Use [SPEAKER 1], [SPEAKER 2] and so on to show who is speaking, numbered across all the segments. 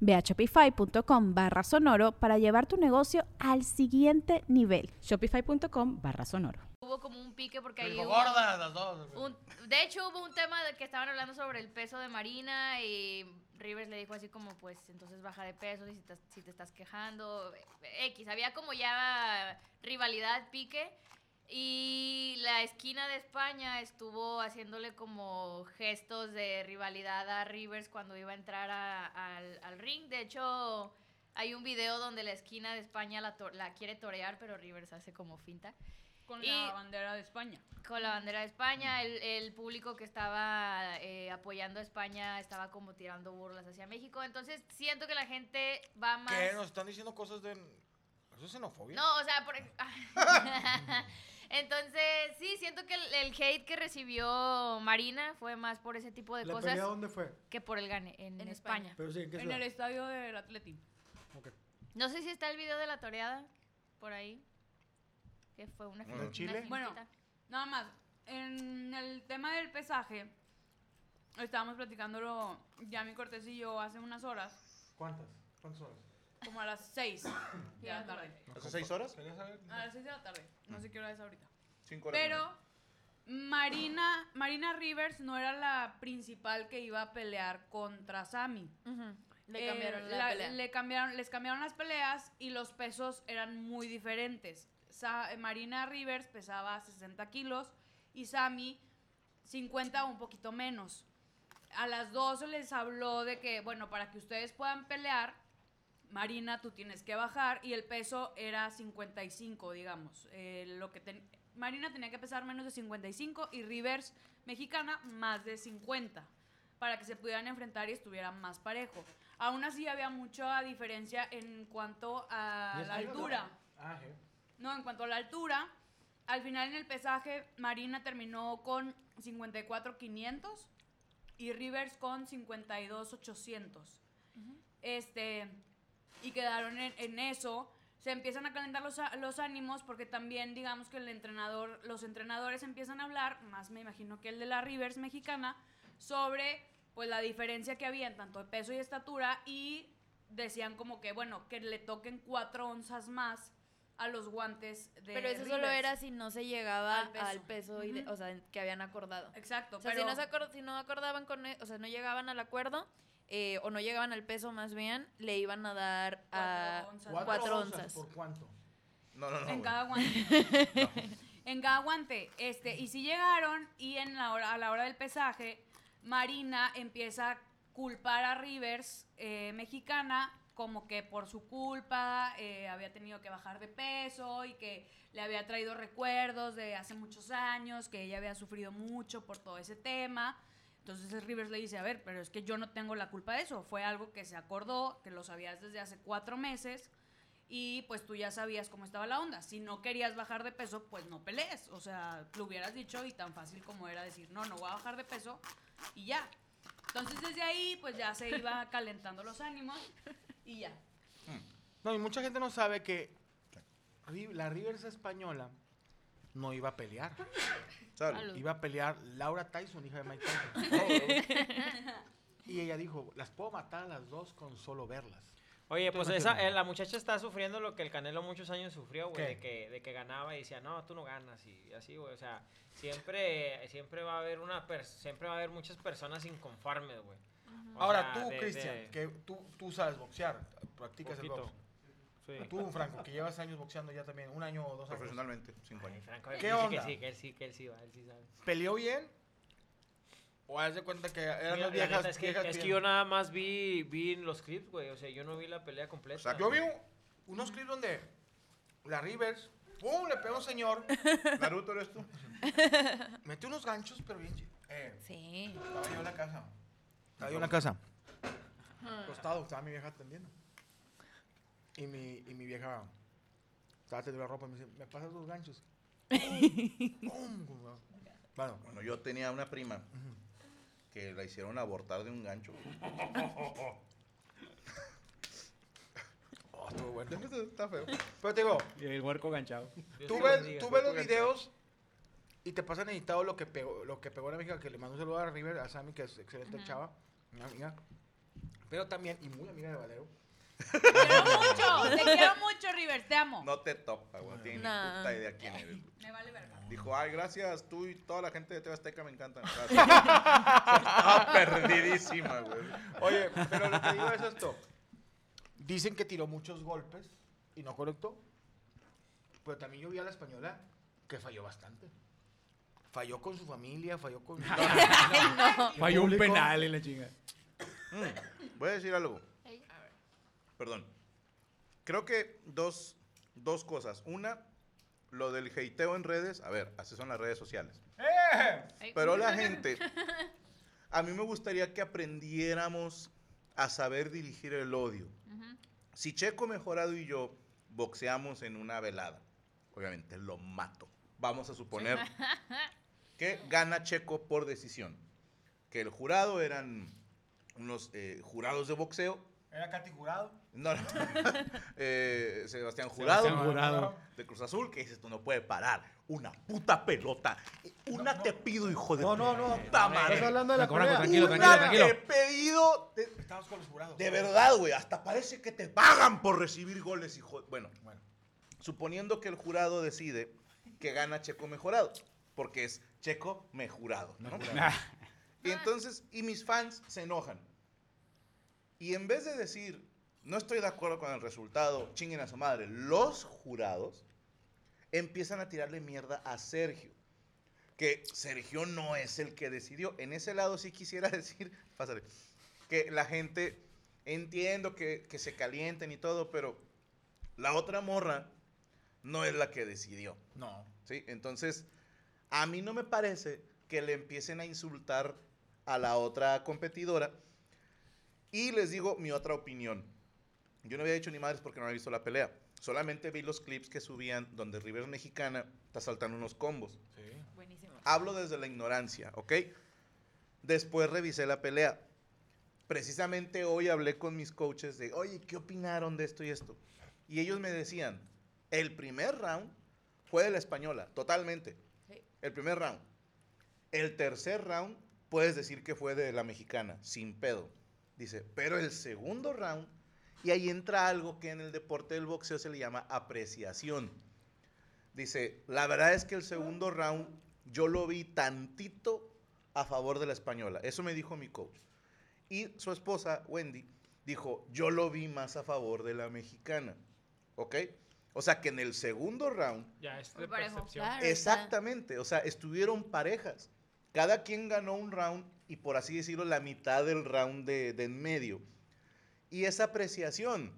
[SPEAKER 1] Ve a shopify.com barra sonoro para llevar tu negocio al siguiente nivel.
[SPEAKER 2] Shopify.com barra sonoro.
[SPEAKER 3] Hubo como un pique porque ahí
[SPEAKER 4] Digo,
[SPEAKER 3] hubo
[SPEAKER 4] gordas las dos.
[SPEAKER 3] un- de hecho hubo un tema de que estaban hablando sobre el peso de Marina y Rivers le dijo así como pues entonces baja de peso y si te, si te estás quejando X, había como ya rivalidad, pique y la esquina de España estuvo haciéndole como gestos de rivalidad a Rivers cuando iba a entrar a- al, al ring, de hecho hay un video donde la esquina de España la, to- la quiere torear pero Rivers hace como finta
[SPEAKER 5] Con
[SPEAKER 3] Y-
[SPEAKER 5] la bandera de España.
[SPEAKER 3] con la bandera de España, el, el público que estaba eh, apoyando a España estaba como tirando burlas hacia México. Entonces siento que la gente va más.
[SPEAKER 4] Que nos están diciendo cosas de. Eso es xenofobia.
[SPEAKER 3] No, o sea, por ej- Entonces, sí, siento que el, el hate que recibió Marina fue más por ese tipo de
[SPEAKER 6] ¿La
[SPEAKER 3] cosas
[SPEAKER 6] pelea dónde fue?
[SPEAKER 3] que por el gane en,
[SPEAKER 5] En
[SPEAKER 3] España.
[SPEAKER 6] Pero sí, ¿en qué
[SPEAKER 5] En
[SPEAKER 6] ciudad?
[SPEAKER 5] el estadio del Atleti.
[SPEAKER 6] Ok.
[SPEAKER 3] No sé si está el video de la toreada por ahí, que fue una
[SPEAKER 4] ¿En
[SPEAKER 3] fin- una
[SPEAKER 6] Chile?
[SPEAKER 5] Bueno.
[SPEAKER 3] fintita.
[SPEAKER 5] Nada más, en el tema del pesaje, estábamos platicándolo Yami Cortés y yo hace unas horas,
[SPEAKER 6] ¿Cuántas? ¿Cuántas horas?
[SPEAKER 5] como a las 6 de la tarde.
[SPEAKER 4] ¿Hace seis horas?
[SPEAKER 5] A las 6 de la tarde, no sé qué hora es ahorita.
[SPEAKER 4] Cinco horas.
[SPEAKER 5] Pero Marina, Marina Rivers no era la principal que iba a pelear contra Sami.
[SPEAKER 3] Le
[SPEAKER 5] Eh,
[SPEAKER 3] cambiaron la,
[SPEAKER 5] la-
[SPEAKER 3] pelea.
[SPEAKER 5] le cambiaron- les cambiaron las peleas y los pesos eran muy diferentes. Sa- Marina Rivers pesaba 60 kilos y Sami 50 o un poquito menos. A las dos se les habló de que, bueno, para que ustedes puedan pelear, Marina, tú tienes que bajar y el peso era 55, digamos. Eh, lo que ten- Marina tenía que pesar menos de 55 y Rivers, mexicana, más de 50 para que se pudieran enfrentar y estuvieran más parejo. Aún así había mucha diferencia en cuanto a la altura.
[SPEAKER 6] Ah, sí.
[SPEAKER 5] No, en cuanto a la altura, al final en el pesaje Marina terminó con 54,500 y Rivers con 52,800. Este, y quedaron en, en eso. Se empiezan a calentar los, á- los ánimos porque también digamos que el entrenador, los entrenadores empiezan a hablar, más me imagino que el de la Rivers mexicana, sobre pues la diferencia que había en tanto de peso y estatura y decían como que bueno, que le toquen cuatro onzas más a los guantes de
[SPEAKER 7] Pero eso solo
[SPEAKER 5] Rivers.
[SPEAKER 7] era si no se llegaba
[SPEAKER 5] Al
[SPEAKER 7] al
[SPEAKER 5] peso.
[SPEAKER 7] peso, y de-
[SPEAKER 5] Ujú.
[SPEAKER 7] o sea, en- que habían acordado.
[SPEAKER 5] Exacto,
[SPEAKER 7] O sea,
[SPEAKER 5] pero
[SPEAKER 7] si, no se acor- si no acordaban con, e- o sea, no llegaban al acuerdo eh, o no llegaban al peso más bien, le iban a dar a
[SPEAKER 5] cuatro onzas.
[SPEAKER 6] ¿Cuatro,
[SPEAKER 7] Cuatro
[SPEAKER 6] onzas?
[SPEAKER 7] onzas.
[SPEAKER 6] ¿Por cuánto?
[SPEAKER 4] No, no, no.
[SPEAKER 5] en
[SPEAKER 4] güey.
[SPEAKER 5] cada guante. en cada guante. Este, y si llegaron y en la hora, a la hora del pesaje, Marina empieza a culpar a Rivers, eh, mexicana, como que por su culpa eh, había tenido que bajar de peso y que le había traído recuerdos de hace muchos años, que ella había sufrido mucho por todo ese tema. Entonces Rivers le dice, a ver, pero es que yo no tengo la culpa de eso, fue algo que se acordó, que lo sabías desde hace cuatro meses y pues tú ya sabías cómo estaba la onda. Si no querías bajar de peso, pues no pelees. O sea, lo hubieras dicho y tan fácil como era decir, no, no voy a bajar de peso y ya. Entonces desde ahí pues ya se iba calentando los ánimos y ya.
[SPEAKER 6] No, y mucha gente no sabe que Ri- la Rivers española no iba a pelear.
[SPEAKER 4] Sal.
[SPEAKER 6] Iba a pelear Laura Tyson, hija de Mike Tyson. Y ella dijo, las puedo matar a las dos con solo verlas.
[SPEAKER 8] Oye, pues
[SPEAKER 6] Entonces,
[SPEAKER 8] esa,
[SPEAKER 6] imagínate.
[SPEAKER 8] eh, la muchacha está sufriendo lo que el Canelo muchos años sufrió, güey,
[SPEAKER 6] ¿Qué?
[SPEAKER 8] de que, de que ganaba y decía, no, tú no ganas, y así, güey, o sea, siempre, siempre va a haber una, pers- siempre va a haber muchas personas inconformes, güey. O
[SPEAKER 4] Ahora
[SPEAKER 8] sea,
[SPEAKER 4] tú,
[SPEAKER 8] de-
[SPEAKER 4] Cristian,
[SPEAKER 8] de-
[SPEAKER 4] que tú, tú sabes boxear, practicas
[SPEAKER 8] Poquito.
[SPEAKER 4] el box.
[SPEAKER 8] Sí.
[SPEAKER 6] Tú, Franco, que llevas años boxeando ya también, un año o dos años.
[SPEAKER 4] Profesionalmente, cinco
[SPEAKER 8] Ay,
[SPEAKER 4] años.
[SPEAKER 8] Franco, él
[SPEAKER 6] ¿Qué
[SPEAKER 8] sí que
[SPEAKER 6] onda?
[SPEAKER 8] sí, que él sí, que él sí va, él sí sabe.
[SPEAKER 6] ¿Peleó bien? ¿O haz de cuenta que eran
[SPEAKER 8] Mira,
[SPEAKER 6] las
[SPEAKER 8] la
[SPEAKER 6] viejas?
[SPEAKER 8] neta es, que,
[SPEAKER 6] viejas
[SPEAKER 8] es que
[SPEAKER 6] bien?
[SPEAKER 8] yo nada más vi, vi los clips, güey. O sea, yo no vi la pelea completa.
[SPEAKER 4] Exacto.
[SPEAKER 6] Yo vi un- unos clips donde la Rivers, ¡pum! le pegó a un señor,
[SPEAKER 4] Naruto eres tú.
[SPEAKER 6] metió unos ganchos, pero bien chido. Eh,
[SPEAKER 7] Sí.
[SPEAKER 6] estaba yo en la casa. Estaba yo en la casa. Costado, estaba mi vieja atendiendo. Y mi, y mi vieja estaba tendiendo la ropa y me dice, ¿me pasas dos ganchos? ¡Pum! Bueno,
[SPEAKER 4] Bueno, yo tenía una prima que la hicieron abortar de un gancho.
[SPEAKER 6] oh, estuvo bueno.
[SPEAKER 4] Está feo.
[SPEAKER 6] Pero te digo,
[SPEAKER 9] Y el huerco ganchado.
[SPEAKER 8] Dios
[SPEAKER 6] tú
[SPEAKER 8] te
[SPEAKER 6] ves,
[SPEAKER 8] bendiga.
[SPEAKER 6] tú ves los videos y te pasan editado lo que pegó, lo que pegó la amiga, que le mando un saludo a River, a Sammy, que es excelente chava, una amiga. Pero también, y muy amiga de Valero.
[SPEAKER 5] Te quiero mucho, te quiero mucho, Rivers, te amo.
[SPEAKER 4] No te topa, güey. No tienes
[SPEAKER 7] Nah.
[SPEAKER 4] ni puta idea quién eres. güey.
[SPEAKER 5] Me vale verga.
[SPEAKER 4] Dijo, ay, gracias, tú y toda la gente de TV Azteca me encantan. Gracias. Estaba perdidísima, güey.
[SPEAKER 6] Oye, pero lo que digo es esto. Dicen que tiró muchos golpes y no conectó. Pero también yo vi a la española que falló bastante. Falló con su familia, falló con...
[SPEAKER 9] Falló un
[SPEAKER 6] Público.
[SPEAKER 9] penal en la chinga.
[SPEAKER 4] Mm, voy a decir algo.
[SPEAKER 3] Ey.
[SPEAKER 4] Perdón. Creo que dos, dos cosas. Una, lo del hateo en redes. A ver, así son las redes sociales.
[SPEAKER 3] Ey.
[SPEAKER 4] Pero la gente, a mí me gustaría que aprendiéramos a saber dirigir el odio.
[SPEAKER 3] Ujú.
[SPEAKER 4] Si Checo Mejorado y yo boxeamos en una velada, obviamente lo mato. Vamos a suponer que gana Checo por decisión. Que el jurado eran unos eh, jurados de boxeo.
[SPEAKER 6] Era Katy Jurado.
[SPEAKER 4] No, no. Eh, Sebastián Jurado.
[SPEAKER 9] Sebastián Jurado.
[SPEAKER 4] De Cruz Azul, que dices, tú no puedes parar. Una puta pelota. Una te pido, hijo de
[SPEAKER 6] No, no, no.
[SPEAKER 4] puta madre.
[SPEAKER 6] Estás hablando de la Uh,
[SPEAKER 9] Franco, Franco, tranquilo,
[SPEAKER 6] pelea.
[SPEAKER 4] Una
[SPEAKER 9] tranquilo,
[SPEAKER 4] te
[SPEAKER 9] tranquilo.
[SPEAKER 4] pedido. De,
[SPEAKER 6] Estamos con los jurados.
[SPEAKER 4] de verdad, güey. Hasta parece que te pagan por recibir goles, hijo. de- Bueno,
[SPEAKER 6] Bueno.
[SPEAKER 4] suponiendo que el jurado decide que gana Checo mejorado, porque es Checo mejorado. ¿no? Y entonces, y mis fans se enojan. Y en vez de decir, no estoy de acuerdo con el resultado, chinguen a su madre, los jurados empiezan a tirarle mierda a Sergio. Que Sergio no es el que decidió. En ese lado sí quisiera decir, pásale, que la gente, entiendo que, que se calienten y todo, pero la otra morra no es la que decidió.
[SPEAKER 6] No.
[SPEAKER 4] ¿sí? Entonces, a mí no me parece que le empiecen a insultar a la otra competidora. Y les digo mi otra opinión. Yo no había dicho ni madres porque no había visto la pelea. Solamente vi los clips que subían donde River Mexicana está saltando unos combos.
[SPEAKER 7] Buenísimo.
[SPEAKER 4] Hablo desde la ignorancia, ¿ok? Después revisé la pelea. Precisamente hoy hablé con mis coaches de, oye, ¿qué opinaron de esto y esto? Y ellos me decían, el primer round fue de la española, totalmente.
[SPEAKER 7] Sí.
[SPEAKER 4] El primer round. El tercer round puedes decir que fue de la mexicana, sin pedo. Dice, pero el segundo round, y ahí entra algo que en el deporte del boxeo se le llama apreciación. Dice, la verdad es que el segundo round yo lo vi tantito a favor de la española. Eso me dijo mi coach. Y su esposa, Wendy, dijo, yo lo vi más a favor de la mexicana. ¿Ok? O sea que en el segundo round
[SPEAKER 8] Ya, es
[SPEAKER 3] Muy
[SPEAKER 8] de
[SPEAKER 3] parejo.
[SPEAKER 8] percepción.
[SPEAKER 7] Claro,
[SPEAKER 4] Exactamente, o sea, estuvieron parejas. Cada quien ganó un round y por así decirlo, la mitad del round de, de en medio. Y esa apreciación,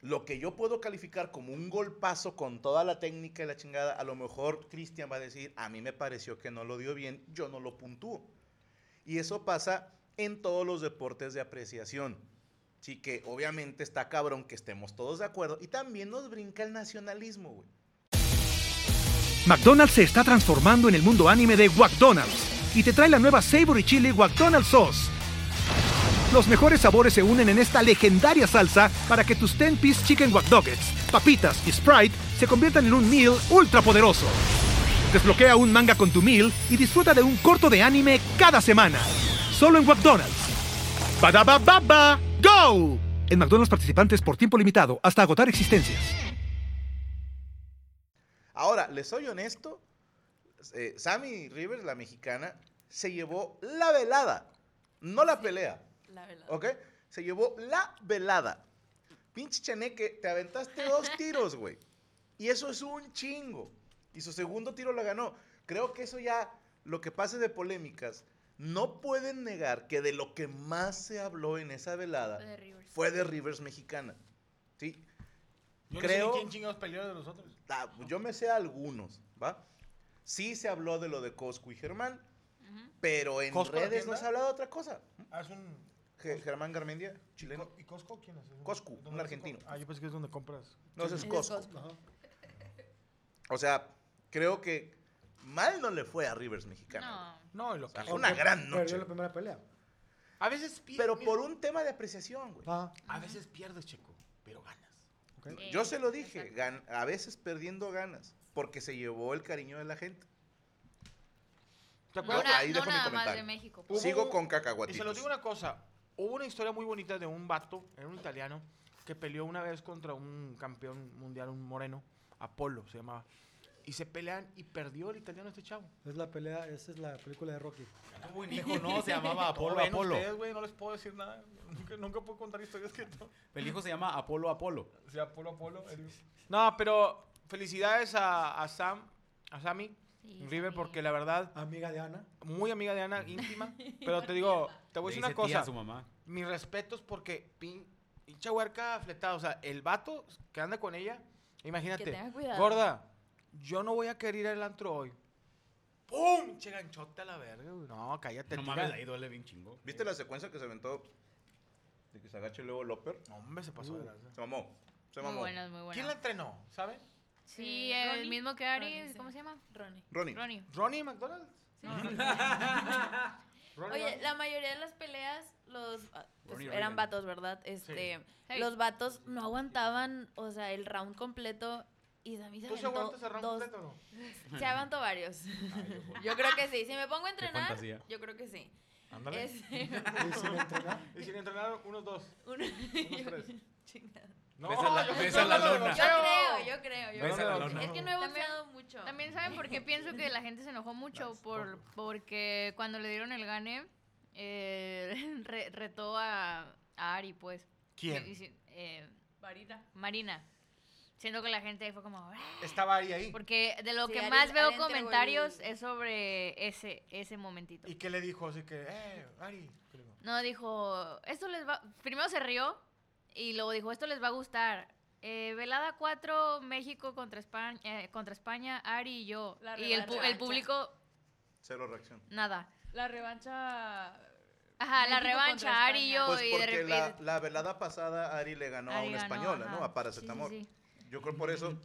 [SPEAKER 4] lo que yo puedo calificar como un golpazo con toda la técnica y la chingada, a lo mejor Cristian va a decir, a mí me pareció que no lo dio bien, yo no lo puntúo. Y eso pasa en todos los deportes de apreciación. Sí, que obviamente está cabrón que estemos todos de acuerdo. Y también nos brinca el nacionalismo, güey.
[SPEAKER 10] McDonald's se está transformando en el mundo anime de McDonald's y te trae la nueva Savory Chili McDonald's Sauce. Los mejores sabores se unen en esta legendaria salsa para que tus 10-piece chicken Doggets, papitas y Sprite se conviertan en un meal ultra poderoso. Desbloquea un manga con tu meal y disfruta de un corto de anime cada semana. Solo en McDonald's. ba baba go! En McDonald's participantes por tiempo limitado hasta agotar existencias.
[SPEAKER 4] Ahora, les soy honesto, eh, Sammy Rivers, la mexicana, se llevó la velada, no la pelea,
[SPEAKER 7] La verdad.
[SPEAKER 4] ¿ok? Se llevó la velada. Pinche chaneque, te aventaste dos tiros, güey. Y eso es un chingo. Y su segundo tiro la ganó. Creo que eso ya, lo que pase de polémicas, no pueden negar que de lo que más se habló en esa velada
[SPEAKER 3] Fue de Rivers.
[SPEAKER 4] ah, fue de Rivers mexicana. ¿Sí?
[SPEAKER 6] Yo
[SPEAKER 4] Creo-
[SPEAKER 6] no sé ni quién chingados peleó de nosotros.
[SPEAKER 4] Ah, yo me sé algunos, ¿va? Sí se habló de lo de Coscu y Germán, pero en
[SPEAKER 6] ¿Coscu la
[SPEAKER 4] redes no
[SPEAKER 6] tienda?
[SPEAKER 4] se ha hablado de otra cosa.
[SPEAKER 6] Ah, es un...
[SPEAKER 4] Ge- Germán Garmendia, chileno.
[SPEAKER 6] Co- ¿Y Costco quién es? ¿Es un-
[SPEAKER 4] Costco,
[SPEAKER 6] ¿dónde
[SPEAKER 4] un
[SPEAKER 6] es
[SPEAKER 4] argentino.
[SPEAKER 6] Costco? Ah, yo pensé que es donde compras.
[SPEAKER 4] No, ese
[SPEAKER 6] Sí,
[SPEAKER 4] es
[SPEAKER 6] sí.
[SPEAKER 4] Cosco.
[SPEAKER 7] Costco.
[SPEAKER 6] Ajá.
[SPEAKER 4] O sea, creo que mal no le fue a Rivers mexicano.
[SPEAKER 3] No.
[SPEAKER 6] No, y lo
[SPEAKER 4] sea,
[SPEAKER 6] que-
[SPEAKER 4] fue una gran noche.
[SPEAKER 11] Perdió la primera pelea.
[SPEAKER 6] A veces pi-
[SPEAKER 4] Pero
[SPEAKER 6] mira,
[SPEAKER 4] por un tema de apreciación, güey.
[SPEAKER 11] Ah,
[SPEAKER 6] A veces pierdes, Checo, pero ganas.
[SPEAKER 3] Sí,
[SPEAKER 4] Yo se lo dije,
[SPEAKER 3] eh, exacto.
[SPEAKER 4] gan- a veces perdiendo ganas, porque se llevó el cariño de la gente.
[SPEAKER 6] ¿Te
[SPEAKER 3] No,
[SPEAKER 6] acuerdas?
[SPEAKER 4] Ahora-
[SPEAKER 3] na-
[SPEAKER 4] ahí
[SPEAKER 3] no
[SPEAKER 4] dejo mi
[SPEAKER 3] nada más
[SPEAKER 4] comentario.
[SPEAKER 3] de México.
[SPEAKER 6] Hubo
[SPEAKER 4] Sigo
[SPEAKER 6] un-
[SPEAKER 4] con
[SPEAKER 6] Y
[SPEAKER 4] cacahuatitos.
[SPEAKER 6] se los digo una cosa. Hubo una historia muy bonita de un vato, era un italiano, que peleó una vez contra un campeón mundial, un moreno, Apolo se llamaba. Y se pelean y perdió el italiano este chavo.
[SPEAKER 11] es la pelea, esa es la película de Rocky.
[SPEAKER 9] Dijo, no, se llamaba
[SPEAKER 6] ¿Cómo
[SPEAKER 9] Apolo
[SPEAKER 6] ven
[SPEAKER 9] Apolo.
[SPEAKER 6] ustedes, güey? No les puedo decir nada. Nunca, nunca puedo contar historias que no.
[SPEAKER 9] El hijo se llama Apolo Apolo.
[SPEAKER 6] sea Apolo Apolo. No, pero felicidades a, a Sam, a Sammy,
[SPEAKER 3] Sí,
[SPEAKER 6] River,
[SPEAKER 3] Sammy.
[SPEAKER 6] porque la verdad,
[SPEAKER 11] Amiga de Ana.
[SPEAKER 6] muy amiga de Ana, íntima. Pero te digo, te voy a decir
[SPEAKER 9] Le dice tía
[SPEAKER 6] una cosa.
[SPEAKER 9] a su mamá.
[SPEAKER 6] Mis respetos porque pin- pinche huerca fletada. O sea, el vato que anda con ella,
[SPEAKER 7] Que
[SPEAKER 6] imagínate.
[SPEAKER 7] tenga cuidado.
[SPEAKER 6] Gorda, yo no voy a querer ir al antro hoy. ¡Pum! Che ganchote a la verga, güey. No, cállate.
[SPEAKER 9] No
[SPEAKER 6] tira.
[SPEAKER 9] mames, ahí duele bien chingo.
[SPEAKER 4] ¿Viste la secuencia que se aventó de que se agache luego Loper?
[SPEAKER 6] No, hombre, se
[SPEAKER 9] Uh.
[SPEAKER 6] pasó de lanza.
[SPEAKER 4] Se mamó. Se
[SPEAKER 3] Muy
[SPEAKER 4] mamó.
[SPEAKER 3] buenas, muy
[SPEAKER 6] ¿Quién la
[SPEAKER 3] buenas.
[SPEAKER 6] entrenó? ¿Saben?
[SPEAKER 3] Sí,
[SPEAKER 7] Eh,
[SPEAKER 3] el
[SPEAKER 7] Ronnie.
[SPEAKER 3] mismo que
[SPEAKER 7] Ronnie,
[SPEAKER 3] Ari,
[SPEAKER 7] sí.
[SPEAKER 3] ¿cómo se llama?
[SPEAKER 7] Ronnie.
[SPEAKER 4] Ronnie.
[SPEAKER 3] Ronnie.
[SPEAKER 6] ¿Ronnie McDonald's? Ronnie
[SPEAKER 7] Oye,
[SPEAKER 6] Mc-
[SPEAKER 7] la mayoría de las peleas, los ah, pues,
[SPEAKER 9] Ronnie
[SPEAKER 7] eran
[SPEAKER 9] Reagan.
[SPEAKER 7] vatos, ¿verdad? Este,
[SPEAKER 3] Sí.
[SPEAKER 7] los vatos no aguantaban, o sea, el round completo y Sammy se
[SPEAKER 6] ¿Tú se
[SPEAKER 7] aventó
[SPEAKER 6] aguantas el round
[SPEAKER 7] dos-
[SPEAKER 6] completo o no?
[SPEAKER 7] Se aventó varios.
[SPEAKER 6] Ah,
[SPEAKER 7] yo creo que sí. Si me pongo a entrenar,
[SPEAKER 9] fantasía.
[SPEAKER 7] yo creo que sí.
[SPEAKER 6] Ándale.
[SPEAKER 7] Este,
[SPEAKER 11] Y sin entrenar.
[SPEAKER 6] Y sin entrenar, unos dos.
[SPEAKER 7] uno-
[SPEAKER 6] Unos tres.
[SPEAKER 7] Chingada.
[SPEAKER 6] No,
[SPEAKER 9] Besa la-
[SPEAKER 6] yo
[SPEAKER 9] besa la
[SPEAKER 6] hablando de
[SPEAKER 9] lona.
[SPEAKER 7] Yo
[SPEAKER 6] boxeo.
[SPEAKER 7] creo, yo creo, yo
[SPEAKER 9] Ves a
[SPEAKER 7] creo.
[SPEAKER 9] la
[SPEAKER 7] que sí.
[SPEAKER 9] lona.
[SPEAKER 7] Es que no he
[SPEAKER 3] También-
[SPEAKER 7] boxeado mucho.
[SPEAKER 3] También saben por qué pienso que la gente se enojó mucho por porque cuando le dieron el gane eh, re- retó a, a Ari, pues.
[SPEAKER 6] ¿Quién?
[SPEAKER 3] Y- y si- eh, Marina. Siendo que la gente fue como "Ah",
[SPEAKER 6] Estaba ahí ahí.
[SPEAKER 3] porque de lo
[SPEAKER 7] Sí,
[SPEAKER 3] que
[SPEAKER 7] Ari-
[SPEAKER 3] más
[SPEAKER 7] Ari
[SPEAKER 3] veo
[SPEAKER 7] entregó el-
[SPEAKER 3] comentarios es sobre ese ese momentito.
[SPEAKER 6] ¿Y qué le dijo? Así que, eh, Ari. ¿Qué le dijo?
[SPEAKER 3] No, dijo, esto les va... Primero se rió y luego dijo, esto les va a gustar. Eh, velada 4, México contra España, eh, contra España, Ari y yo.
[SPEAKER 5] La
[SPEAKER 3] y el, pu- el
[SPEAKER 5] revancha.
[SPEAKER 3] público,
[SPEAKER 4] Cero reacción.
[SPEAKER 3] nada.
[SPEAKER 5] La revancha.
[SPEAKER 3] Ajá, la
[SPEAKER 5] México
[SPEAKER 3] revancha,
[SPEAKER 5] contra
[SPEAKER 3] Ari y yo.
[SPEAKER 4] Pues
[SPEAKER 3] y de
[SPEAKER 4] porque la,
[SPEAKER 3] repente...
[SPEAKER 4] la velada pasada Ari le ganó a
[SPEAKER 3] Ari
[SPEAKER 4] una
[SPEAKER 3] ganó,
[SPEAKER 4] española,
[SPEAKER 3] ajá.
[SPEAKER 4] ¿no? A Paracetamol.
[SPEAKER 3] Sí, sí, sí.
[SPEAKER 4] Yo creo por eso.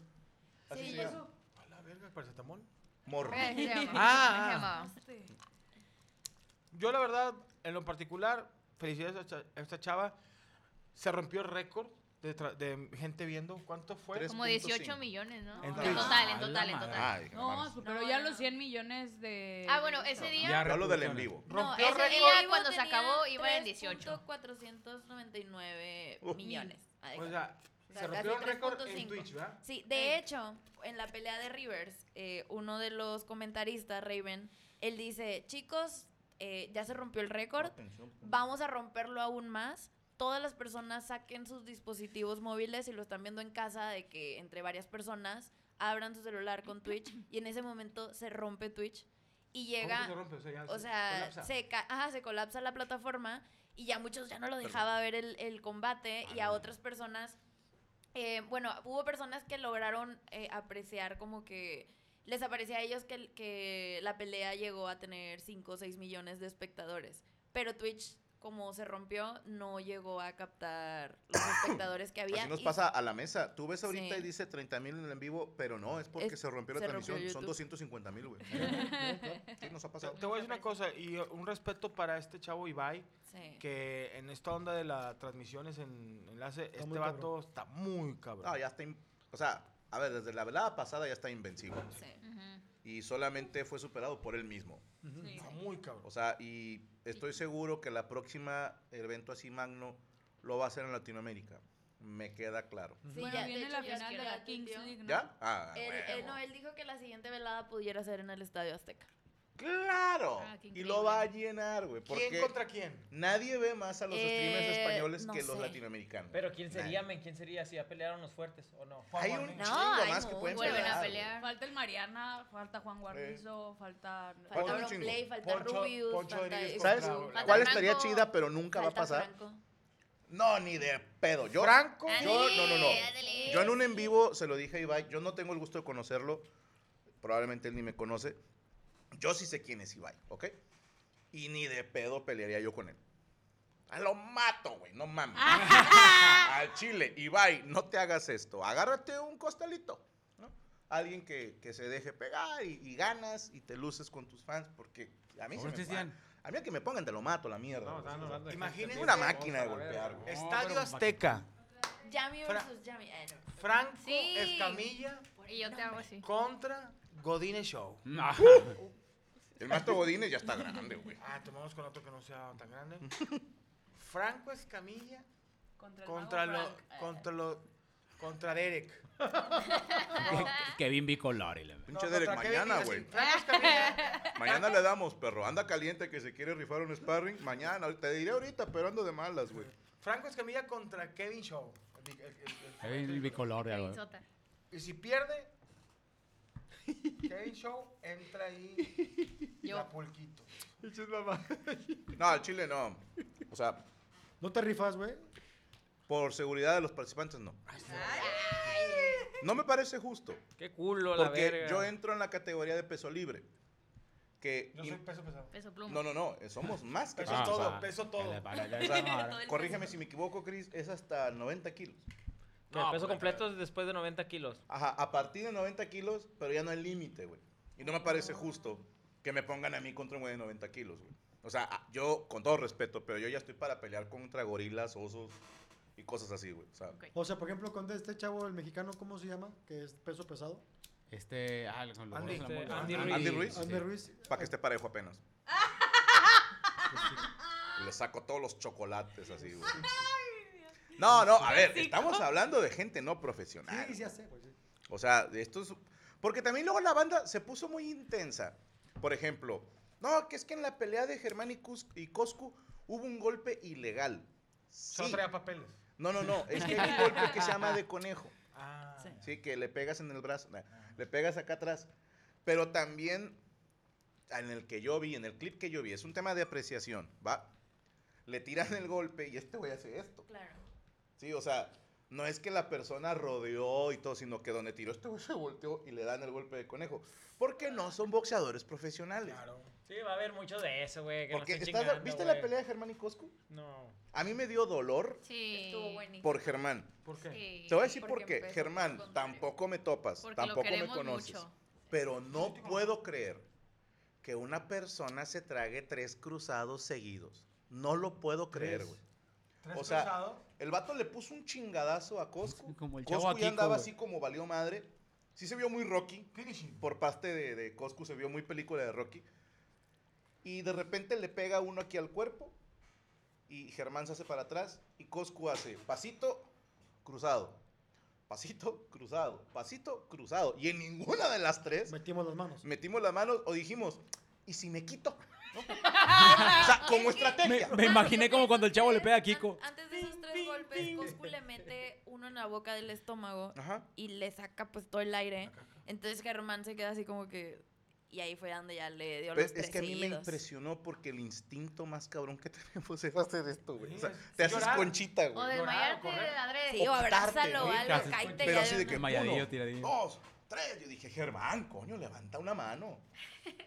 [SPEAKER 4] Así se
[SPEAKER 7] yo-
[SPEAKER 4] llama.
[SPEAKER 6] A la verga, paracetamol.
[SPEAKER 4] Morro.
[SPEAKER 3] Eh, se llama,
[SPEAKER 6] Ah,
[SPEAKER 3] se
[SPEAKER 6] ah.
[SPEAKER 3] llamaba.
[SPEAKER 6] Yo, la verdad, en lo particular, felicidades a, cha- a esta chava. Se rompió el récord de, tra- de gente viendo. ¿Cuánto fue?
[SPEAKER 4] Tres.
[SPEAKER 3] Como
[SPEAKER 4] 3.5.
[SPEAKER 3] 18 millones, ¿no? En
[SPEAKER 4] Entonces-
[SPEAKER 3] total, en
[SPEAKER 9] Ah,
[SPEAKER 3] total,
[SPEAKER 9] la
[SPEAKER 3] en
[SPEAKER 9] madre.
[SPEAKER 3] total.
[SPEAKER 4] Ay, no
[SPEAKER 5] No,
[SPEAKER 4] mames.
[SPEAKER 5] superó
[SPEAKER 7] No,
[SPEAKER 5] ya
[SPEAKER 7] no.
[SPEAKER 5] los 100 millones de.
[SPEAKER 3] Ah, bueno, ese día...
[SPEAKER 9] Ya
[SPEAKER 4] Yo hablo del en
[SPEAKER 9] repercusiones.
[SPEAKER 4] vivo.
[SPEAKER 6] Rompió
[SPEAKER 7] ese
[SPEAKER 6] récord.
[SPEAKER 3] día
[SPEAKER 7] vivo
[SPEAKER 3] cuando se
[SPEAKER 7] tenía
[SPEAKER 3] acabó iba en 18.
[SPEAKER 7] 3.499
[SPEAKER 4] Uh.
[SPEAKER 7] millones. Ah,
[SPEAKER 6] O
[SPEAKER 7] déjame.
[SPEAKER 6] sea,
[SPEAKER 7] O sea,
[SPEAKER 6] se
[SPEAKER 7] casi
[SPEAKER 6] rompió el récord en
[SPEAKER 7] 3.5.
[SPEAKER 6] Twitch, ¿verdad?
[SPEAKER 7] Sí, de hecho, en la pelea de Rivers, eh, uno de los comentaristas, Raven, él dice, chicos, eh, ya se rompió el récord,
[SPEAKER 4] Atención.
[SPEAKER 7] vamos a romperlo aún más. Todas las personas saquen sus dispositivos móviles y lo están viendo en casa, de que entre varias personas abran su celular con Twitch y en ese momento se rompe Twitch y
[SPEAKER 6] ¿Cómo
[SPEAKER 7] llega...
[SPEAKER 6] que se rompe? O sea, ya
[SPEAKER 7] O
[SPEAKER 4] Ah,
[SPEAKER 6] se
[SPEAKER 7] sea,
[SPEAKER 6] colapsa.
[SPEAKER 7] se, ca- ajá, se colapsa la plataforma y ya muchos ya no lo dejaba ver el, el combate
[SPEAKER 4] Ah.
[SPEAKER 7] y a otras personas, eh, bueno, hubo personas que lograron eh, apreciar como que les aparecía a ellos que, el- que la pelea llegó a tener 5 o 6 millones de espectadores, pero Twitch como se rompió no llegó a captar los espectadores que había.
[SPEAKER 4] Así nos
[SPEAKER 7] y-
[SPEAKER 4] pasa a la mesa. Tú ves ahorita
[SPEAKER 7] Sí.
[SPEAKER 4] y dice 30 mil en el en vivo, pero no, es porque
[SPEAKER 7] Es-
[SPEAKER 4] se rompió la
[SPEAKER 7] se rompió
[SPEAKER 4] transmisión. Son
[SPEAKER 7] YouTube.
[SPEAKER 4] 250 mil, güey. ¿Qué nos ha
[SPEAKER 6] Te,
[SPEAKER 4] pasado?
[SPEAKER 6] te voy a decir una cosa, y eh, un respeto para este chavo Ibai,
[SPEAKER 7] Sí.
[SPEAKER 6] que en esta onda de las transmisiones en enlace,
[SPEAKER 11] muy
[SPEAKER 6] este
[SPEAKER 11] cabrón.
[SPEAKER 6] vato está muy cabrón.
[SPEAKER 4] No, ya está. in- O sea, a ver, desde la velada pasada ya está invencible.
[SPEAKER 7] sí.
[SPEAKER 3] Ujú.
[SPEAKER 4] Y solamente fue superado por él mismo.
[SPEAKER 6] Está muy cabrón.
[SPEAKER 4] O sea, y estoy seguro que la próxima evento así magno lo va a hacer en Latinoamérica. Me queda claro.
[SPEAKER 7] Sí,
[SPEAKER 5] Bueno,
[SPEAKER 7] ya, de
[SPEAKER 5] viene
[SPEAKER 7] hecho,
[SPEAKER 5] la
[SPEAKER 7] ya
[SPEAKER 5] final de
[SPEAKER 7] queda
[SPEAKER 5] la Kings
[SPEAKER 7] tuiteó.
[SPEAKER 5] League, ¿no?
[SPEAKER 4] ¿Ya? Ah,
[SPEAKER 7] Él,
[SPEAKER 4] huevo.
[SPEAKER 7] él- no, él dijo que la siguiente velada pudiera ser en el Estadio Azteca.
[SPEAKER 4] Claro.
[SPEAKER 3] Ah, qué
[SPEAKER 4] y lo va a llenar, güey.
[SPEAKER 6] ¿Quién
[SPEAKER 4] Porque
[SPEAKER 6] contra quién?
[SPEAKER 4] nadie ve más a los streamers
[SPEAKER 7] Eh,
[SPEAKER 4] españoles
[SPEAKER 7] no
[SPEAKER 4] que los
[SPEAKER 7] sé.
[SPEAKER 4] latinoamericanos.
[SPEAKER 8] Pero ¿quién
[SPEAKER 4] Nadie.
[SPEAKER 8] sería, men? ¿Quién sería? Si ya pelearon los fuertes o no.
[SPEAKER 4] Hay un
[SPEAKER 7] No,
[SPEAKER 4] chingo
[SPEAKER 7] hay
[SPEAKER 4] más que pueden
[SPEAKER 7] muchos.
[SPEAKER 3] Vuelven
[SPEAKER 4] pelear.
[SPEAKER 3] a
[SPEAKER 4] güey.
[SPEAKER 3] pelear.
[SPEAKER 5] Falta el Mariana, falta Juan Guarnizo, falta...
[SPEAKER 4] Poncho
[SPEAKER 7] Falta
[SPEAKER 4] un
[SPEAKER 7] Auron
[SPEAKER 4] chingo.
[SPEAKER 7] Play, falta
[SPEAKER 6] Poncho-
[SPEAKER 7] Rubius,
[SPEAKER 6] Poncho
[SPEAKER 7] falta
[SPEAKER 6] Rodríguez
[SPEAKER 7] Xbox.
[SPEAKER 4] ¿Sabes
[SPEAKER 6] Falta
[SPEAKER 4] cuál
[SPEAKER 7] Franco.
[SPEAKER 4] estaría chida, pero nunca va a
[SPEAKER 7] Falta
[SPEAKER 4] pasar?
[SPEAKER 7] Franco.
[SPEAKER 4] No, ni de pedo. Yo,
[SPEAKER 6] Franco.
[SPEAKER 4] Yo, no, no, no.
[SPEAKER 3] ándale.
[SPEAKER 4] Yo en un em- en vivo se lo dije a Ibai. Yo no tengo el gusto de conocerlo. Probablemente él ni me conoce. Yo sí sé quién es Ibai, ¿ok? Y ni de pedo pelearía yo con él. Ah, lo mato, güey. No mames. Al chile, Ibai, no te hagas esto. Agárrate un costalito. ¿no? Alguien que, que se deje pegar y, y ganas y te luces con tus fans porque a mí se
[SPEAKER 9] Ahora sí,
[SPEAKER 4] me va.
[SPEAKER 9] Cian.
[SPEAKER 4] A mí a que me pongan te lo mato, la mierda.
[SPEAKER 8] No, estaban hablando de
[SPEAKER 6] Imagínense
[SPEAKER 8] gente,
[SPEAKER 4] una
[SPEAKER 8] tío,
[SPEAKER 4] máquina de
[SPEAKER 8] vamos a la
[SPEAKER 4] golpear,
[SPEAKER 8] verga.
[SPEAKER 4] güey.
[SPEAKER 6] Estadio Azteca.
[SPEAKER 7] Yami
[SPEAKER 6] Fra-
[SPEAKER 7] versus Yami. eh, no.
[SPEAKER 6] Franco
[SPEAKER 3] Sí.
[SPEAKER 6] Escamilla
[SPEAKER 3] Y yo te hago así.
[SPEAKER 6] contra Godínez Show.
[SPEAKER 9] Mm.
[SPEAKER 4] El maestro Godínez ya está grande, güey.
[SPEAKER 6] Ah, tomamos con otro que no sea tan grande. Franco Escamilla
[SPEAKER 5] Contra, el
[SPEAKER 6] contra
[SPEAKER 5] mago
[SPEAKER 6] lo,
[SPEAKER 5] Frank. Eh.
[SPEAKER 6] contra lo, contra Derek.
[SPEAKER 9] Kevin Bicolari. la-
[SPEAKER 4] Pinche
[SPEAKER 6] No,
[SPEAKER 4] Derek,
[SPEAKER 6] contra Kevin
[SPEAKER 4] mañana,
[SPEAKER 6] Díaz,
[SPEAKER 4] güey.
[SPEAKER 6] sí. Franco Escamilla.
[SPEAKER 4] Mañana le damos, perro. Anda caliente que se quiere rifar un sparring. Mañana, te diré ahorita, pero ando de malas, güey.
[SPEAKER 6] Franco Escamilla contra Kevin Show. El- el- el- el-
[SPEAKER 9] Kevin Bicolari. algo.
[SPEAKER 3] Kevin Sota.
[SPEAKER 6] Y si pierde, Kevin Show entra ahí. La pulquito.
[SPEAKER 4] No, al Chile no. O sea,
[SPEAKER 11] ¿No te rifas, güey?
[SPEAKER 4] por seguridad de los participantes, no. No me parece justo.
[SPEAKER 8] Qué culo la
[SPEAKER 4] Porque
[SPEAKER 8] verga.
[SPEAKER 4] yo entro en la categoría de peso libre. Que.
[SPEAKER 6] Yo
[SPEAKER 4] y-
[SPEAKER 6] soy peso pesado.
[SPEAKER 3] Peso pluma.
[SPEAKER 4] No, no, no. eh, Somos más que
[SPEAKER 6] Peso
[SPEAKER 4] eso.
[SPEAKER 9] Ah,
[SPEAKER 6] todo,
[SPEAKER 9] o sea,
[SPEAKER 6] peso todo.
[SPEAKER 9] el- para- ya-
[SPEAKER 3] Todo el
[SPEAKER 4] Corrígeme si me equivoco, Chris. Es hasta 90 kilos.
[SPEAKER 8] Que el peso completo es después de 90 kilos.
[SPEAKER 4] Ajá, a partir de 90 kilos, pero ya no hay límite, güey. Y no me parece justo que me pongan a mí contra un güey de 90 kilos, güey. O sea, a- yo, con todo respeto, pero yo ya estoy para pelear contra gorilas, osos y cosas así, güey. O sea,
[SPEAKER 3] Ok.
[SPEAKER 11] O sea, por ejemplo, con este chavo, el mexicano, ¿cómo se llama? Que es peso pesado.
[SPEAKER 9] Este. ah, con los
[SPEAKER 6] Andy.
[SPEAKER 9] bolos en la
[SPEAKER 8] Este,
[SPEAKER 9] mano.
[SPEAKER 8] Andy
[SPEAKER 4] Andy Ruiz.
[SPEAKER 11] Andrés Ruiz.
[SPEAKER 4] para que esté parejo apenas. Le saco todos los chocolates así, güey. No, no, a ver, estamos hablando de gente no profesional.
[SPEAKER 11] Sí, sí, ya sé, güey. sí.
[SPEAKER 4] O sea, de estos. Porque también luego la banda se puso muy intensa. Por ejemplo, no, que es que en la pelea de Germán y, Cus- y Coscu hubo un golpe ilegal. Sí.
[SPEAKER 6] Solo traía papeles.
[SPEAKER 4] No, no, no. Es que hay un golpe que se llama de conejo.
[SPEAKER 6] Ah.
[SPEAKER 4] Sí, que le pegas en el brazo. nah, Le pegas acá atrás. Pero también, en el que yo vi, en el clip que yo vi, es un tema de apreciación. Va. Le tiran el golpe y este güey hace esto.
[SPEAKER 7] Claro.
[SPEAKER 4] Sí, o sea, no es que la persona rodeó y todo, sino que donde tiró este güey se volteó y le dan el golpe de conejo. Porque no son boxeadores profesionales.
[SPEAKER 6] Claro.
[SPEAKER 8] Sí, va a haber mucho de eso, güey. que nos
[SPEAKER 4] Porque
[SPEAKER 8] estén
[SPEAKER 4] estás-
[SPEAKER 8] chingando,
[SPEAKER 4] ¿Viste
[SPEAKER 8] güey.
[SPEAKER 4] la pelea de Germán y Coscu?
[SPEAKER 8] No.
[SPEAKER 4] A mí me dio dolor
[SPEAKER 3] Sí.
[SPEAKER 7] Estuvo buenísimo.
[SPEAKER 4] por Germán.
[SPEAKER 6] ¿Por qué?
[SPEAKER 3] Sí.
[SPEAKER 4] Te voy a decir por
[SPEAKER 7] Porque
[SPEAKER 4] qué.
[SPEAKER 7] empezó
[SPEAKER 4] Germán,
[SPEAKER 7] por el contrario.
[SPEAKER 4] tampoco me topas,
[SPEAKER 3] Porque lo
[SPEAKER 4] tampoco me
[SPEAKER 3] queremos
[SPEAKER 4] conoces.
[SPEAKER 3] mucho.
[SPEAKER 4] Pero no puedo creer que una persona se trague tres cruzados seguidos. No lo puedo creer, güey.
[SPEAKER 6] ¿Tres
[SPEAKER 4] O sea,
[SPEAKER 6] cruzados?
[SPEAKER 4] El vato le puso un chingadazo a Coscu.
[SPEAKER 9] Como el chavo
[SPEAKER 4] Coscu
[SPEAKER 9] aquí,
[SPEAKER 4] ya andaba
[SPEAKER 9] como-
[SPEAKER 4] así como valió madre. Sí se vio muy Rocky.
[SPEAKER 6] Finishing.
[SPEAKER 4] Por parte de, de Coscu se vio muy película de Rocky. Y de repente le pega uno aquí al cuerpo. Y Germán se hace para atrás. Y Coscu hace pasito, cruzado. Pasito, cruzado. Pasito, cruzado. Y en ninguna de las tres
[SPEAKER 11] Metimos las manos.
[SPEAKER 4] metimos las manos o dijimos, ¿y si me quito? ¿No? o sea, como estrategia.
[SPEAKER 9] Me imaginé como cuando el chavo le pega a Kiko.
[SPEAKER 7] An- Antes de esos tres golpes, Coscu le mete uno en la boca del estómago
[SPEAKER 4] Ajá.
[SPEAKER 7] y le saca pues todo el aire. Entonces Germán se queda así como que... Y ahí fue donde ya le dio
[SPEAKER 4] Pero
[SPEAKER 7] los
[SPEAKER 4] es
[SPEAKER 7] tres
[SPEAKER 4] que a mí me
[SPEAKER 7] seguidos.
[SPEAKER 4] impresionó porque el instinto más cabrón que tenemos es hacer esto, güey. O sea,
[SPEAKER 6] Sí, es
[SPEAKER 4] te haces
[SPEAKER 6] llorar.
[SPEAKER 4] conchita,
[SPEAKER 3] O
[SPEAKER 4] güey.
[SPEAKER 3] desmayarte,
[SPEAKER 6] correr.
[SPEAKER 3] adrede.
[SPEAKER 7] Sí, o
[SPEAKER 4] quitarte,
[SPEAKER 7] abrázalo
[SPEAKER 4] ¿no?
[SPEAKER 7] o
[SPEAKER 9] Sí,
[SPEAKER 7] algo,
[SPEAKER 9] casi,
[SPEAKER 7] cállate
[SPEAKER 4] Pero
[SPEAKER 7] ya
[SPEAKER 4] así
[SPEAKER 7] de
[SPEAKER 4] de
[SPEAKER 7] una-
[SPEAKER 4] que
[SPEAKER 9] Desmayadillo,
[SPEAKER 4] uno,
[SPEAKER 9] tiradillo.
[SPEAKER 4] dos, tres. Yo dije, Germán, coño, levanta una mano.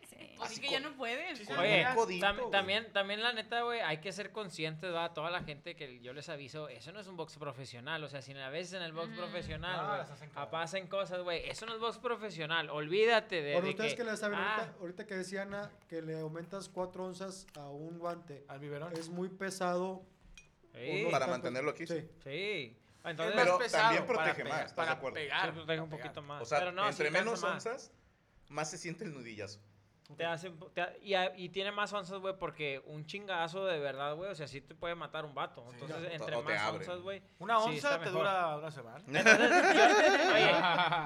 [SPEAKER 7] Sí.
[SPEAKER 5] Así
[SPEAKER 4] Así
[SPEAKER 5] que ya
[SPEAKER 4] con-
[SPEAKER 5] no puedes.
[SPEAKER 6] Sí,
[SPEAKER 8] Oye,
[SPEAKER 4] un codito,
[SPEAKER 8] tam-
[SPEAKER 4] güey.
[SPEAKER 8] también, también la neta, güey, hay que ser conscientes, va, toda la gente que yo les aviso, eso no es un box profesional, o sea, si a veces en el box
[SPEAKER 3] Mm.
[SPEAKER 8] profesional,
[SPEAKER 6] Ah,
[SPEAKER 8] güey,
[SPEAKER 6] las hacen cagadas.
[SPEAKER 8] pasan cosas, güey, eso no es box profesional, olvídate de,
[SPEAKER 11] Por
[SPEAKER 8] de
[SPEAKER 11] ustedes
[SPEAKER 8] que,
[SPEAKER 11] que les saben,
[SPEAKER 8] ah,
[SPEAKER 11] ahorita, ahorita que decía Ana que le aumentas 4 onzas a un guante,
[SPEAKER 6] Al biberón.
[SPEAKER 11] es muy pesado.
[SPEAKER 8] sí,
[SPEAKER 11] uno
[SPEAKER 4] Para
[SPEAKER 11] está-
[SPEAKER 4] mantenerlo aquí, sí.
[SPEAKER 11] Sí.
[SPEAKER 8] sí.
[SPEAKER 6] Es
[SPEAKER 8] entonces,
[SPEAKER 6] más
[SPEAKER 4] Pero
[SPEAKER 6] pesado
[SPEAKER 4] también
[SPEAKER 6] para
[SPEAKER 4] protege más,
[SPEAKER 6] pegar-
[SPEAKER 4] ¿estás de
[SPEAKER 6] Para
[SPEAKER 4] acuerdo?
[SPEAKER 6] pegar.
[SPEAKER 8] ah, sí, protege un
[SPEAKER 6] para pegar.
[SPEAKER 8] poquito más,
[SPEAKER 4] O sea,
[SPEAKER 8] pero no, sí
[SPEAKER 4] entre
[SPEAKER 8] cansa
[SPEAKER 4] menos
[SPEAKER 8] más.
[SPEAKER 4] onzas, más se siente el nudillazo.
[SPEAKER 8] Te hacen, te ha- y, a- y tiene más onzas, güey, porque un chingadazo de verdad, güey, o sea, sí te puede matar un vato. Entonces,
[SPEAKER 6] O-
[SPEAKER 8] entre
[SPEAKER 4] o te
[SPEAKER 8] más
[SPEAKER 4] abre.
[SPEAKER 8] onzas, güey.
[SPEAKER 6] Una
[SPEAKER 8] sí
[SPEAKER 6] onza
[SPEAKER 8] está
[SPEAKER 6] te
[SPEAKER 8] mejor.
[SPEAKER 6] dura una semana.
[SPEAKER 8] Entonces, yo, oye,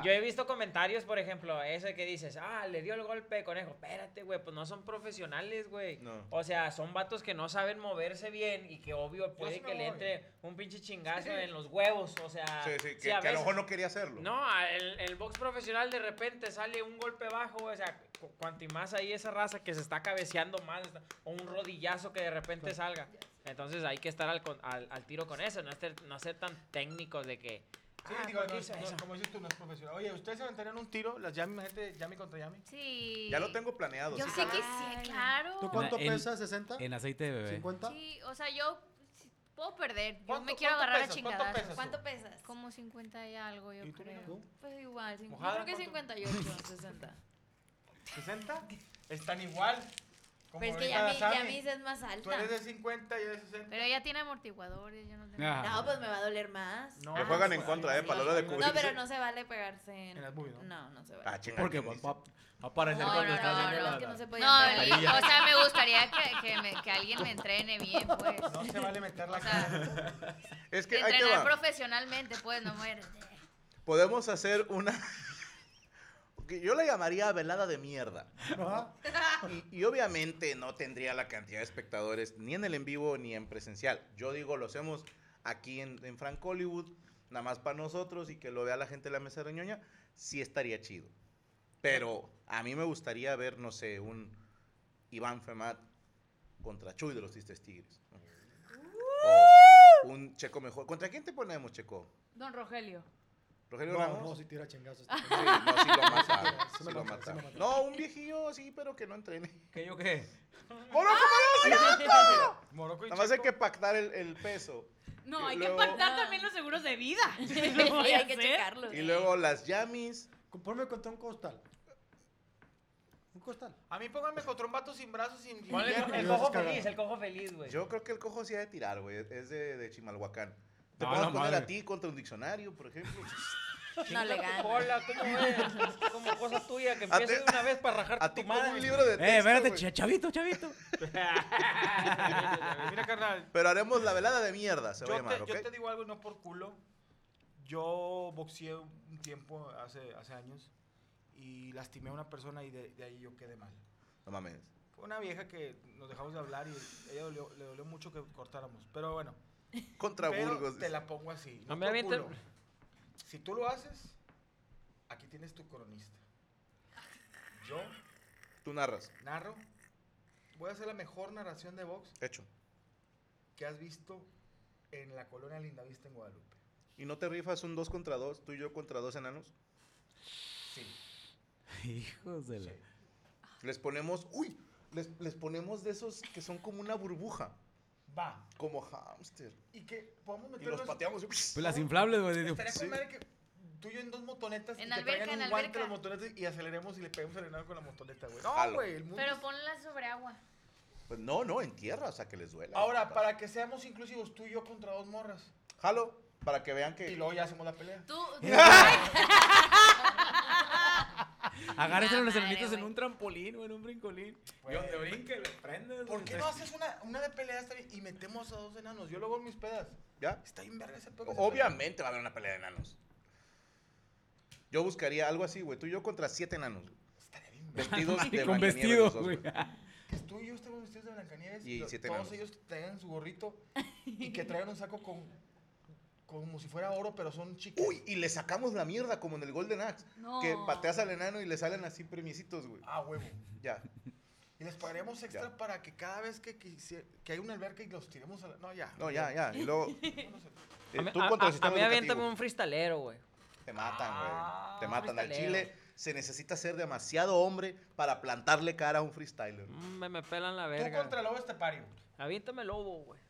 [SPEAKER 8] yo he visto comentarios, por ejemplo, ese que dices, ah, le dio el golpe de conejo. Espérate, güey, pues no son profesionales, güey.
[SPEAKER 4] No.
[SPEAKER 8] O sea, son vatos que no saben moverse bien y que obvio puede
[SPEAKER 9] sí me
[SPEAKER 8] que le
[SPEAKER 9] voy.
[SPEAKER 8] entre un pinche chingazo en los huevos. O sea,
[SPEAKER 4] Sí, sí, que,
[SPEAKER 8] a
[SPEAKER 4] que a lo
[SPEAKER 8] veces-
[SPEAKER 4] mejor no quería hacerlo.
[SPEAKER 8] no, a- el, el box profesional de repente sale un golpe bajo, o sea, cu- cuanto y más ahí esa raza que se está cabeceando más, está- o un rodillazo que de repente salga. Entonces hay que estar al, con- al, al tiro con eso, no ser, no ser tan técnicos de que...
[SPEAKER 6] Sí,
[SPEAKER 8] "Ah,
[SPEAKER 6] digo,
[SPEAKER 8] ¿por qué
[SPEAKER 6] no,
[SPEAKER 8] hizo
[SPEAKER 6] no,
[SPEAKER 8] eso?".
[SPEAKER 6] como dices tú, no es profesional. Oye, ¿ustedes se aventarían un tiro? Las Yami, imagínate, Yami contra Yami.
[SPEAKER 3] Sí.
[SPEAKER 4] Ya lo tengo planeado.
[SPEAKER 3] Yo
[SPEAKER 4] sí,
[SPEAKER 3] sé
[SPEAKER 4] claro.
[SPEAKER 3] que sí, claro.
[SPEAKER 11] ¿Tú cuánto
[SPEAKER 9] En-
[SPEAKER 11] pesas? ¿60?
[SPEAKER 9] En aceite de bebé.
[SPEAKER 11] ¿50?
[SPEAKER 3] Sí, o sea, yo sí, puedo perder. Yo me
[SPEAKER 6] ¿Cuánto-
[SPEAKER 3] quiero
[SPEAKER 6] cuánto
[SPEAKER 3] agarrar a
[SPEAKER 6] pesas? ¿Cuánto
[SPEAKER 3] chingadas.
[SPEAKER 6] pesas?
[SPEAKER 7] ¿Cuánto pesas?
[SPEAKER 3] Como 50 y algo, yo
[SPEAKER 6] ¿Y tú,
[SPEAKER 3] creo.
[SPEAKER 6] Nina?
[SPEAKER 7] Pues igual, cin-
[SPEAKER 6] Mojada,
[SPEAKER 7] yo creo que
[SPEAKER 6] ¿cuánto?
[SPEAKER 7] 58, 60.
[SPEAKER 6] ¿60? Están igual. Como
[SPEAKER 7] Pero Pues es que
[SPEAKER 6] ahorita
[SPEAKER 7] ya
[SPEAKER 6] la
[SPEAKER 7] mi, ya
[SPEAKER 6] Sammy.
[SPEAKER 7] mi es más alta.
[SPEAKER 6] Tú eres de 50 y yo de 60.
[SPEAKER 3] Pero ella tiene amortiguadores, yo no tengo.
[SPEAKER 9] Ah.
[SPEAKER 7] No, pues me va a doler más.
[SPEAKER 6] No,
[SPEAKER 4] Le
[SPEAKER 6] Ah,
[SPEAKER 4] juegan en
[SPEAKER 6] sí.
[SPEAKER 4] contra, eh, para la hora de cubrirse.
[SPEAKER 7] No, pero no se vale pegarse en...
[SPEAKER 6] En las boobies, ¿no?
[SPEAKER 7] No, no se vale.
[SPEAKER 4] Ah, chinga.
[SPEAKER 9] Porque va,
[SPEAKER 6] pues,
[SPEAKER 4] dices.
[SPEAKER 9] va- va a aparecer
[SPEAKER 7] no, no,
[SPEAKER 9] cuando
[SPEAKER 7] no,
[SPEAKER 9] estás haciendo
[SPEAKER 7] no,
[SPEAKER 9] la-
[SPEAKER 7] es que no se podía
[SPEAKER 3] Pues No,
[SPEAKER 7] pegar.
[SPEAKER 3] li- o sea, me gustaría que, que, me- que alguien me entrene bien, pues.
[SPEAKER 6] No se vale meter la
[SPEAKER 3] O sea,
[SPEAKER 6] cara.
[SPEAKER 4] Es que ahí te
[SPEAKER 3] Entrenar
[SPEAKER 4] va.
[SPEAKER 3] profesionalmente, pues, no mueres.
[SPEAKER 4] Podemos hacer una. que Yo la llamaría velada de mierda.
[SPEAKER 11] Ajá.
[SPEAKER 4] Y, y obviamente no tendría la cantidad de espectadores ni en el en vivo ni en presencial. Yo digo, lo hacemos aquí en, en Frank Hollywood, nada más para nosotros y que lo vea la gente de la mesa de ñoña, sí estaría chido. Pero a mí me gustaría ver, no sé, un Iván Femat contra Chuy de los Tristes Tigres. ¿no? O un Checo mejor. ¿Contra quién te ponemos, Checo?
[SPEAKER 5] Don Rogelio.
[SPEAKER 4] ¿Rogelio
[SPEAKER 11] No,
[SPEAKER 4] Ramos?
[SPEAKER 11] no, si tira chingazos.
[SPEAKER 4] Sí, no, sí lo mata,
[SPEAKER 11] Sí
[SPEAKER 4] sí
[SPEAKER 11] lo
[SPEAKER 4] lo
[SPEAKER 11] mata, sí
[SPEAKER 4] mata.
[SPEAKER 11] lo mata.
[SPEAKER 4] No, un viejillo, sí, pero que no entrene.
[SPEAKER 9] ¿Qué yo qué?
[SPEAKER 4] ¡Moroco, Moroco!
[SPEAKER 6] Morocco y
[SPEAKER 4] Nada más hay
[SPEAKER 6] Checo.
[SPEAKER 4] que pactar el, el peso.
[SPEAKER 5] No,
[SPEAKER 4] Y
[SPEAKER 5] hay
[SPEAKER 4] luego-
[SPEAKER 5] que pactar también los seguros de vida.
[SPEAKER 7] Sí,
[SPEAKER 5] voy a
[SPEAKER 7] hay que
[SPEAKER 5] hacer.
[SPEAKER 7] checarlo.
[SPEAKER 4] Y luego las yamis.
[SPEAKER 11] Ponme contra un costal. Un costal.
[SPEAKER 6] A mí pónganme contra un vato sin brazos, sin...
[SPEAKER 8] Ponle
[SPEAKER 6] sin
[SPEAKER 8] el,
[SPEAKER 6] piernas.
[SPEAKER 8] el cojo feliz, el cojo feliz, güey.
[SPEAKER 4] Yo creo que el cojo sí ha de tirar, güey. Es de, de Chimalhuacán. Te
[SPEAKER 9] No,
[SPEAKER 4] podemos
[SPEAKER 9] la
[SPEAKER 4] poner
[SPEAKER 9] madre.
[SPEAKER 4] a ti contra un diccionario, por ejemplo.
[SPEAKER 7] No le gana.
[SPEAKER 8] Hola, ¿cómo ves? Como cosa tuya que
[SPEAKER 4] A ti-
[SPEAKER 8] empieces de una vez para rajarte
[SPEAKER 4] A ti
[SPEAKER 8] tu
[SPEAKER 4] con un
[SPEAKER 8] madre.
[SPEAKER 4] libro de texto,
[SPEAKER 9] Eh, espérate,
[SPEAKER 4] güey.
[SPEAKER 9] ch- chavito, chavito.
[SPEAKER 6] Mira, carnal,
[SPEAKER 4] Pero haremos la velada de mierda, se
[SPEAKER 6] yo
[SPEAKER 4] va a
[SPEAKER 6] te,
[SPEAKER 4] llamar,
[SPEAKER 6] yo
[SPEAKER 4] ¿ok?
[SPEAKER 6] te digo algo, no por culo. Yo boxeé un tiempo hace, hace años y lastimé a una persona y de, de ahí yo quedé mal.
[SPEAKER 4] No mames.
[SPEAKER 6] Fue una vieja que nos dejamos de hablar y ella dolió- le dolió mucho que cortáramos. Pero bueno,
[SPEAKER 4] Contra
[SPEAKER 6] pero
[SPEAKER 4] Burgos.
[SPEAKER 6] te la pongo así.
[SPEAKER 8] A
[SPEAKER 6] No
[SPEAKER 8] mí
[SPEAKER 6] por
[SPEAKER 8] avienta-
[SPEAKER 6] culo. Si tú lo haces, aquí tienes tu cronista. Yo
[SPEAKER 4] Tú narras.
[SPEAKER 6] narro. Voy a hacer la mejor narración de box
[SPEAKER 4] Hecho.
[SPEAKER 6] que has visto en la colonia Lindavista en Guadalupe.
[SPEAKER 4] ¿Y no te rifas un 2 contra 2? ¿Tú y yo contra dos enanos?
[SPEAKER 6] Sí.
[SPEAKER 9] Hijos de la.
[SPEAKER 4] Les ponemos... ¡Uy! Les, les ponemos de esos que son como una burbuja.
[SPEAKER 6] Va.
[SPEAKER 4] Como hámster.
[SPEAKER 6] Y que podamos
[SPEAKER 4] Y
[SPEAKER 6] meter
[SPEAKER 4] los pateamos. y-
[SPEAKER 9] Pues las inflables, güey.
[SPEAKER 6] Estaría
[SPEAKER 4] Sí.
[SPEAKER 6] con madre que tú y yo en dos motonetas
[SPEAKER 3] En
[SPEAKER 6] y que
[SPEAKER 3] alberca,
[SPEAKER 6] traigan
[SPEAKER 3] en
[SPEAKER 6] un guante
[SPEAKER 3] alberca.
[SPEAKER 6] las motonetas y aceleremos y le pegamos al enano con la motoneta, güey. No,
[SPEAKER 4] Jalo.
[SPEAKER 6] güey, el mundo
[SPEAKER 3] Pero
[SPEAKER 6] es-
[SPEAKER 3] ponla sobre agua.
[SPEAKER 4] Pues no, no, en tierra, o sea, que les duela.
[SPEAKER 6] Ahora, para que seamos inclusivos, tú y yo contra dos morras.
[SPEAKER 4] Jalo, para que vean que...
[SPEAKER 6] Y luego ya hacemos la pelea.
[SPEAKER 3] Tú,
[SPEAKER 9] Agárrense
[SPEAKER 3] Puta
[SPEAKER 9] los
[SPEAKER 3] madre,
[SPEAKER 9] hermanitos en
[SPEAKER 3] güey.
[SPEAKER 9] un trampolín o en un brincolín.
[SPEAKER 6] Güey.
[SPEAKER 9] Y donde brinque, le prendes.
[SPEAKER 6] ¿Por
[SPEAKER 9] güey.
[SPEAKER 6] qué no haces una, una de pelea esta y metemos a dos enanos? Yo luego en mis pedas.
[SPEAKER 4] ¿Ya?
[SPEAKER 6] Está bien verga ese pedo.
[SPEAKER 4] Obviamente va a haber una pelea de enanos. Yo buscaría algo así, güey. Tú y yo contra siete enanos. güey.
[SPEAKER 6] Estaría bien verga.
[SPEAKER 4] Vestidos de
[SPEAKER 9] Con
[SPEAKER 4] Blancanieves
[SPEAKER 9] vestido,
[SPEAKER 4] los dos,
[SPEAKER 9] güey.
[SPEAKER 6] Que tú y yo estemos vestidos de Blancanieves.
[SPEAKER 4] Y
[SPEAKER 6] lo-
[SPEAKER 4] siete
[SPEAKER 6] Todos
[SPEAKER 4] enanos.
[SPEAKER 6] ellos traigan su gorrito y que traigan un saco con... Como si fuera oro, pero son chicos.
[SPEAKER 4] Uy, y le sacamos la mierda como en el Golden Axe.
[SPEAKER 5] No.
[SPEAKER 4] Que pateas al enano y le salen así premiecitos, güey.
[SPEAKER 6] Ah, huevo.
[SPEAKER 4] Ya.
[SPEAKER 6] Y les pagaremos extra
[SPEAKER 4] Ya.
[SPEAKER 6] para que cada vez que, quisi- que hay una alberca y los tiremos a la... No, ya.
[SPEAKER 4] No, ya, ya. Y luego.
[SPEAKER 8] A
[SPEAKER 4] eh,
[SPEAKER 8] mí-
[SPEAKER 4] tú
[SPEAKER 8] a-
[SPEAKER 4] contra
[SPEAKER 8] a-
[SPEAKER 4] el sistema
[SPEAKER 8] A mí
[SPEAKER 4] educativo.
[SPEAKER 8] aviéntame un freestalero, güey.
[SPEAKER 4] Te matan, güey.
[SPEAKER 8] Ah,
[SPEAKER 4] Te matan. Al
[SPEAKER 8] freestalero.
[SPEAKER 4] chile se necesita ser demasiado hombre para plantarle cara a un freestyler.
[SPEAKER 8] Mm, Me, me pelan la
[SPEAKER 6] Tú
[SPEAKER 8] verga.
[SPEAKER 6] contra Lobo este Estepario.
[SPEAKER 8] Aviéntame lobo, güey.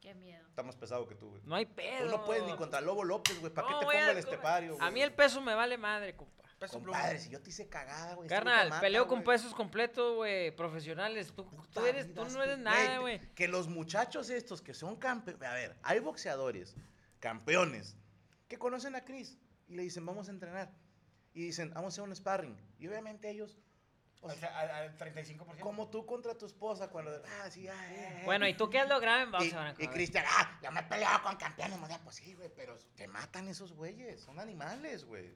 [SPEAKER 3] Qué miedo.
[SPEAKER 4] Está más pesado que tú, güey.
[SPEAKER 8] No hay pedo.
[SPEAKER 4] Tú Pues no puedes ni contra Lobo López, güey. ¿Para
[SPEAKER 8] No,
[SPEAKER 4] qué te
[SPEAKER 8] voy a-
[SPEAKER 4] pongo el estepario, güey?
[SPEAKER 8] A mí el peso me vale madre, compa.
[SPEAKER 6] Peso
[SPEAKER 4] Compadre,
[SPEAKER 6] pluma.
[SPEAKER 4] si yo te hice cagada, güey.
[SPEAKER 8] Carnal, peleo con
[SPEAKER 4] pesos
[SPEAKER 8] pesos completos, güey, profesionales. Tú, tú,
[SPEAKER 4] Puta
[SPEAKER 8] eres, tú
[SPEAKER 4] vida,
[SPEAKER 8] no eres
[SPEAKER 4] güey.
[SPEAKER 8] nada, güey.
[SPEAKER 4] Que los muchachos estos que son campeones. A ver, hay boxeadores, campeones, que conocen a Chris y le dicen, vamos a entrenar. Y dicen, vamos a hacer un sparring. Y obviamente ellos
[SPEAKER 6] O sea, al, 35%. Como tú contra tu esposa cuando... Ah, sí, ah, eh, eh.
[SPEAKER 8] Bueno, ¿y tú qué has logrado en
[SPEAKER 4] Y,
[SPEAKER 8] box, Branco?
[SPEAKER 4] y
[SPEAKER 8] A ver.
[SPEAKER 4] Cristian, ah, yo me he peleado con campeones mundiales. Pues sí, güey, pero te matan esos güeyes. Son animales, güey.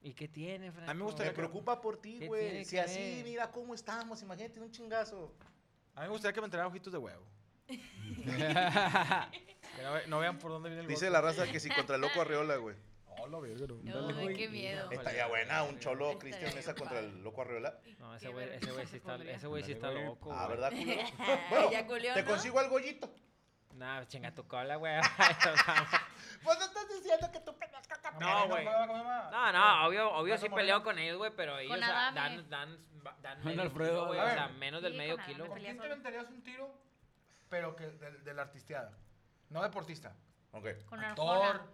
[SPEAKER 8] ¿Y qué tiene, Franco?
[SPEAKER 9] A mí me
[SPEAKER 4] Me
[SPEAKER 9] gustaría que,
[SPEAKER 4] preocupa por ti,
[SPEAKER 8] ¿Qué
[SPEAKER 4] güey.
[SPEAKER 8] tiene
[SPEAKER 4] Si
[SPEAKER 8] que
[SPEAKER 4] así,
[SPEAKER 8] ver?
[SPEAKER 4] mira cómo estamos. Imagínate un chingazo.
[SPEAKER 9] a mí me gustaría que me entregaran ojitos de huevo. que no, ve- no vean por dónde viene el
[SPEAKER 4] Dice
[SPEAKER 9] golpe.
[SPEAKER 4] la raza que si contra el loco Arreola, güey.
[SPEAKER 9] No, la verga, no.
[SPEAKER 3] Ay, qué miedo.
[SPEAKER 4] Estaría buena un cholo
[SPEAKER 3] Estaría
[SPEAKER 4] Cristian
[SPEAKER 3] bien
[SPEAKER 4] Mesa contra el loco Arreola.
[SPEAKER 8] No, ese
[SPEAKER 3] Qué
[SPEAKER 8] güey, ese güey sí está,
[SPEAKER 3] vergüenza,
[SPEAKER 8] ese güey sí está
[SPEAKER 9] Ándale, güey.
[SPEAKER 8] loco,
[SPEAKER 4] Ah,
[SPEAKER 8] güey.
[SPEAKER 4] ¿verdad, culero?
[SPEAKER 7] Ya culió,
[SPEAKER 4] Bueno, te
[SPEAKER 7] ¿no?
[SPEAKER 4] consigo el gollito.
[SPEAKER 8] Nah, chinga tu cola, güey.
[SPEAKER 4] Pues no estás diciendo que tú peleas con campeones.
[SPEAKER 8] no, güey. No, no, obvio, obvio sí peleo con ellos, güey, pero ellos
[SPEAKER 3] Con
[SPEAKER 8] o sea,
[SPEAKER 3] Adame.
[SPEAKER 8] dan, dan, dan
[SPEAKER 9] Con
[SPEAKER 8] medio
[SPEAKER 9] Alfredo,
[SPEAKER 8] kilo, güey,
[SPEAKER 6] a
[SPEAKER 8] o
[SPEAKER 6] ver.
[SPEAKER 8] sea, menos del
[SPEAKER 3] Sí,
[SPEAKER 8] medio
[SPEAKER 3] con Adame
[SPEAKER 8] kilo.
[SPEAKER 6] ¿Con quién te
[SPEAKER 3] Peleas-
[SPEAKER 6] aventarías un tiro, pero que del, del artisteada? No deportista.
[SPEAKER 4] Ok,
[SPEAKER 3] Con
[SPEAKER 6] Actor.
[SPEAKER 3] Arjona.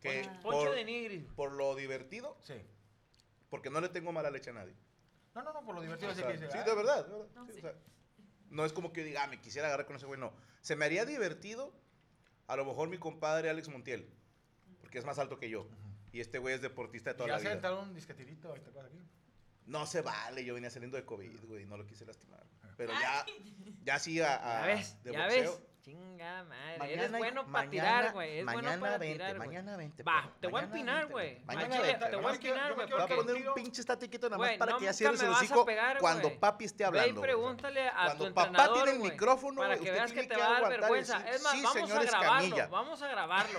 [SPEAKER 4] que
[SPEAKER 8] Poncho
[SPEAKER 4] por,
[SPEAKER 8] de Nigris.
[SPEAKER 4] por lo divertido,
[SPEAKER 6] Sí.
[SPEAKER 4] porque no le tengo mala leche a nadie.
[SPEAKER 6] No, no, no, por lo divertido.
[SPEAKER 4] O
[SPEAKER 6] así
[SPEAKER 4] sea,
[SPEAKER 6] que dice,
[SPEAKER 4] sí,
[SPEAKER 6] ah,
[SPEAKER 4] de verdad. de verdad,
[SPEAKER 3] No,
[SPEAKER 4] sí, o
[SPEAKER 3] sí.
[SPEAKER 4] sea, no es como que yo diga, ah, me quisiera agarrar con ese güey. No. Se me haría divertido, a lo mejor mi compadre Alex Montiel, porque es más alto que yo. Y este güey es deportista de toda
[SPEAKER 6] Ya
[SPEAKER 4] la
[SPEAKER 6] se
[SPEAKER 4] vida.
[SPEAKER 6] aventaron un disquetirito. Esta cosa aquí.
[SPEAKER 4] No se vale, yo venía saliendo de COVID, güey, no lo quise lastimar. Pero ya, ya sí a, a-
[SPEAKER 8] ¿Ya ves?
[SPEAKER 4] de
[SPEAKER 8] ¿Ya
[SPEAKER 4] boxeo.
[SPEAKER 8] ves? Chinga madre. Eres
[SPEAKER 4] Mañana-
[SPEAKER 8] bueno para
[SPEAKER 4] mañana-
[SPEAKER 8] tirar, güey. Es
[SPEAKER 4] mañana
[SPEAKER 8] bueno para
[SPEAKER 4] vente,
[SPEAKER 8] tirar, güey.
[SPEAKER 4] Mañana vente.
[SPEAKER 8] Va,
[SPEAKER 4] perro,
[SPEAKER 8] te voy a
[SPEAKER 4] mañana
[SPEAKER 8] empinar,
[SPEAKER 4] vente,
[SPEAKER 8] güey.
[SPEAKER 4] Mañana
[SPEAKER 8] Mañana
[SPEAKER 4] vente.
[SPEAKER 8] te voy a
[SPEAKER 6] Además que yo- yo
[SPEAKER 8] empinar,
[SPEAKER 6] me
[SPEAKER 8] güey.
[SPEAKER 6] quiero
[SPEAKER 4] Voy a
[SPEAKER 6] que-
[SPEAKER 8] porque-
[SPEAKER 4] poner un pinche estatiquito nada más
[SPEAKER 8] Güey,
[SPEAKER 4] para que ya
[SPEAKER 8] nunca
[SPEAKER 4] cierres
[SPEAKER 8] me
[SPEAKER 4] el
[SPEAKER 8] vas a
[SPEAKER 4] hocico
[SPEAKER 8] pegar,
[SPEAKER 4] cuando
[SPEAKER 8] güey.
[SPEAKER 4] papi esté
[SPEAKER 8] Ve y
[SPEAKER 4] hablando. güey.
[SPEAKER 8] pregúntale a
[SPEAKER 4] Cuando
[SPEAKER 8] tu
[SPEAKER 4] papá
[SPEAKER 8] entrenador,
[SPEAKER 4] tiene el
[SPEAKER 8] güey,
[SPEAKER 4] micrófono,
[SPEAKER 8] para
[SPEAKER 4] güey,
[SPEAKER 8] que
[SPEAKER 4] usted
[SPEAKER 8] veas que
[SPEAKER 4] tiene
[SPEAKER 8] te
[SPEAKER 4] que
[SPEAKER 8] va a dar
[SPEAKER 4] aguantar y
[SPEAKER 8] vergüenza.
[SPEAKER 4] decir,
[SPEAKER 8] es más,
[SPEAKER 4] "Sí,
[SPEAKER 8] vamos a
[SPEAKER 4] señor
[SPEAKER 8] grabarlo,
[SPEAKER 4] Escamilla".
[SPEAKER 8] vamos a grabarlo.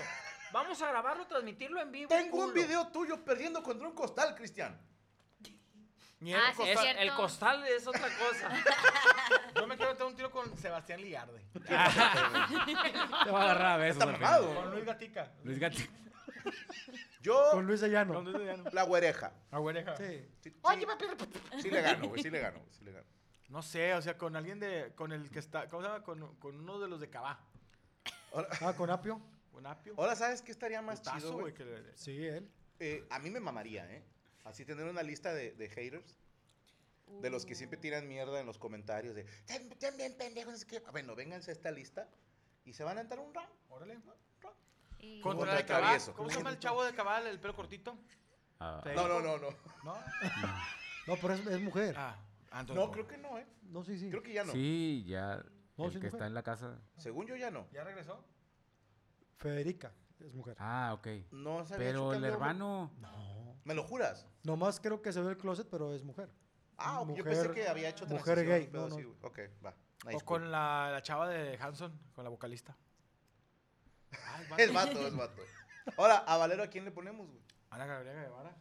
[SPEAKER 8] Vamos a grabarlo, transmitirlo en vivo.
[SPEAKER 4] Tengo
[SPEAKER 8] culo.
[SPEAKER 4] un video tuyo perdiendo contra un costal, Cristian.
[SPEAKER 9] Ni
[SPEAKER 3] Ah,
[SPEAKER 9] el
[SPEAKER 3] sí,
[SPEAKER 9] costa-
[SPEAKER 3] es
[SPEAKER 8] Es- el
[SPEAKER 3] cierto.
[SPEAKER 8] costal es otra cosa.
[SPEAKER 6] Yo me quiero aventar un tiro con Sebastián Liarde.
[SPEAKER 9] Te va a agarrar a besos.
[SPEAKER 4] Está
[SPEAKER 9] al
[SPEAKER 4] mamado.
[SPEAKER 9] final.
[SPEAKER 6] Con Luis Gatica.
[SPEAKER 9] Luis Gatti.
[SPEAKER 4] Yo,
[SPEAKER 11] Con Luis Ayano.
[SPEAKER 9] ¿Dónde te llaman?
[SPEAKER 4] la güereja.
[SPEAKER 9] Ah, güereja.
[SPEAKER 11] Sí.
[SPEAKER 4] Sí, sí- sí le gano, güey, sí le gano, güey, sí le gano.
[SPEAKER 9] No sé, o sea, con alguien de. Con el que está. ¿Cómo se llama? Con, con uno de los de Cabá.
[SPEAKER 11] Ah, con Apio.
[SPEAKER 9] Con Apio.
[SPEAKER 4] Ahora, ¿sabes qué estaría más
[SPEAKER 9] Putazo,
[SPEAKER 4] chido, güey?
[SPEAKER 9] que le-
[SPEAKER 11] Sí, él.
[SPEAKER 4] Eh, a mí me mamaría, ¿eh? Así tener una lista de, de haters. De los que siempre tiran mierda en los comentarios de... "Están- están bien pendejos, es que-". Bueno, vénganse a esta lista y se van a entrar un round.
[SPEAKER 6] Órale.
[SPEAKER 3] Y-
[SPEAKER 4] Con-
[SPEAKER 9] Contra el de
[SPEAKER 4] Contra
[SPEAKER 9] Cabá.
[SPEAKER 4] travieso.
[SPEAKER 9] ¿Cómo se llama el chavo de Cabá, el pelo cortito?
[SPEAKER 12] Ah.
[SPEAKER 4] No, no, no, no.
[SPEAKER 9] ¿No?
[SPEAKER 11] No, pero es, es mujer.
[SPEAKER 9] Ah, Antonio.
[SPEAKER 4] No, creo que no, ¿eh?
[SPEAKER 11] No, sí, sí.
[SPEAKER 4] Creo que ya no.
[SPEAKER 12] Sí, ya.
[SPEAKER 11] No,
[SPEAKER 12] el
[SPEAKER 11] sí,
[SPEAKER 12] que
[SPEAKER 11] mujer.
[SPEAKER 12] está en la casa.
[SPEAKER 4] Según yo ya no.
[SPEAKER 6] ¿Ya regresó?
[SPEAKER 11] Federica es mujer.
[SPEAKER 12] Ah, ok.
[SPEAKER 4] No se había hecho
[SPEAKER 12] Pero el
[SPEAKER 4] cambio, güey.
[SPEAKER 12] hermano.
[SPEAKER 11] No.
[SPEAKER 4] ¿Me lo juras?
[SPEAKER 11] Nomás creo que se ve el closet, pero es mujer.
[SPEAKER 4] Ah, ok, yo
[SPEAKER 11] Mujer-
[SPEAKER 4] pensé que había hecho
[SPEAKER 11] mujer
[SPEAKER 4] transición,
[SPEAKER 11] gay,
[SPEAKER 4] un pedo
[SPEAKER 11] no, no.
[SPEAKER 4] así, güey. Ok, va. Una
[SPEAKER 9] O
[SPEAKER 4] disculpa.
[SPEAKER 9] con la, la chava de Hanson, con la vocalista. Ay, vato.
[SPEAKER 4] Es vato, es vato. Ahora, ¿a Valero a quién le ponemos, güey?
[SPEAKER 9] Ana Gabriela Guevara.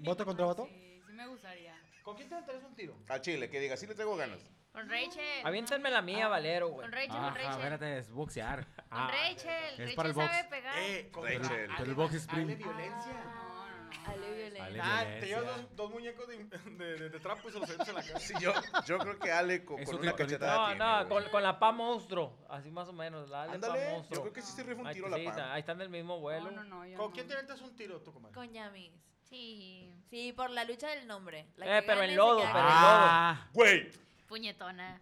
[SPEAKER 11] ¿Voto contra voto?
[SPEAKER 5] Sí, sí me gustaría.
[SPEAKER 6] ¿Con quién te aventarías un tiro?
[SPEAKER 4] A Chile, que diga, sí le traigo ganas.
[SPEAKER 3] Con Rachel.
[SPEAKER 8] Aviéntenme la
[SPEAKER 3] Ah.
[SPEAKER 8] mía, Valero, güey.
[SPEAKER 3] Con Rachel, con
[SPEAKER 12] Ajá,
[SPEAKER 3] Rachel.
[SPEAKER 12] Ah, espérate, es boxear.
[SPEAKER 3] Con
[SPEAKER 12] Ah,
[SPEAKER 3] Rachel.
[SPEAKER 12] Es
[SPEAKER 3] Rachel
[SPEAKER 12] para el box.
[SPEAKER 3] sabe pegar.
[SPEAKER 4] Eh.
[SPEAKER 8] Eh,
[SPEAKER 6] contra
[SPEAKER 4] Rachel.
[SPEAKER 6] Ale-
[SPEAKER 12] Pero el box spring.
[SPEAKER 7] Ah,
[SPEAKER 6] Ale
[SPEAKER 4] Ah.
[SPEAKER 6] violencia.
[SPEAKER 5] No, no, no.
[SPEAKER 7] Ale Violeta.
[SPEAKER 12] vale,
[SPEAKER 6] Ah, te
[SPEAKER 12] violencia.
[SPEAKER 6] llevas dos, dos muñecos de, de, de, de trapo y se los echas en la cara.
[SPEAKER 4] Sí, yo, yo creo que Ale con,
[SPEAKER 12] Es
[SPEAKER 4] con
[SPEAKER 12] un
[SPEAKER 4] una
[SPEAKER 12] ritorito.
[SPEAKER 4] cachetada
[SPEAKER 8] No,
[SPEAKER 4] tiene,
[SPEAKER 8] no,
[SPEAKER 4] güey.
[SPEAKER 8] con, con la pa monstruo. Así más o menos, la Ale pa
[SPEAKER 4] Ándale, yo
[SPEAKER 8] monstruo.
[SPEAKER 4] creo que sí se rifa un
[SPEAKER 8] Ahí
[SPEAKER 4] tiro a la
[SPEAKER 8] sí,
[SPEAKER 4] pan.
[SPEAKER 8] Ahí están del mismo vuelo.
[SPEAKER 5] No,
[SPEAKER 3] Ah,
[SPEAKER 5] no, no, yo
[SPEAKER 6] ¿Con
[SPEAKER 5] no.
[SPEAKER 6] quién te aventas un tiro tú, comadre?
[SPEAKER 7] Con ñamis.
[SPEAKER 3] Sí.
[SPEAKER 7] Sí, por la lucha del nombre. La
[SPEAKER 8] Eh,
[SPEAKER 7] que
[SPEAKER 8] pero
[SPEAKER 7] gane
[SPEAKER 8] en
[SPEAKER 7] se
[SPEAKER 8] lodo,
[SPEAKER 7] queda
[SPEAKER 8] pero
[SPEAKER 7] con-
[SPEAKER 8] en lodo.
[SPEAKER 12] Ah,
[SPEAKER 4] Güey,
[SPEAKER 3] Puñetona.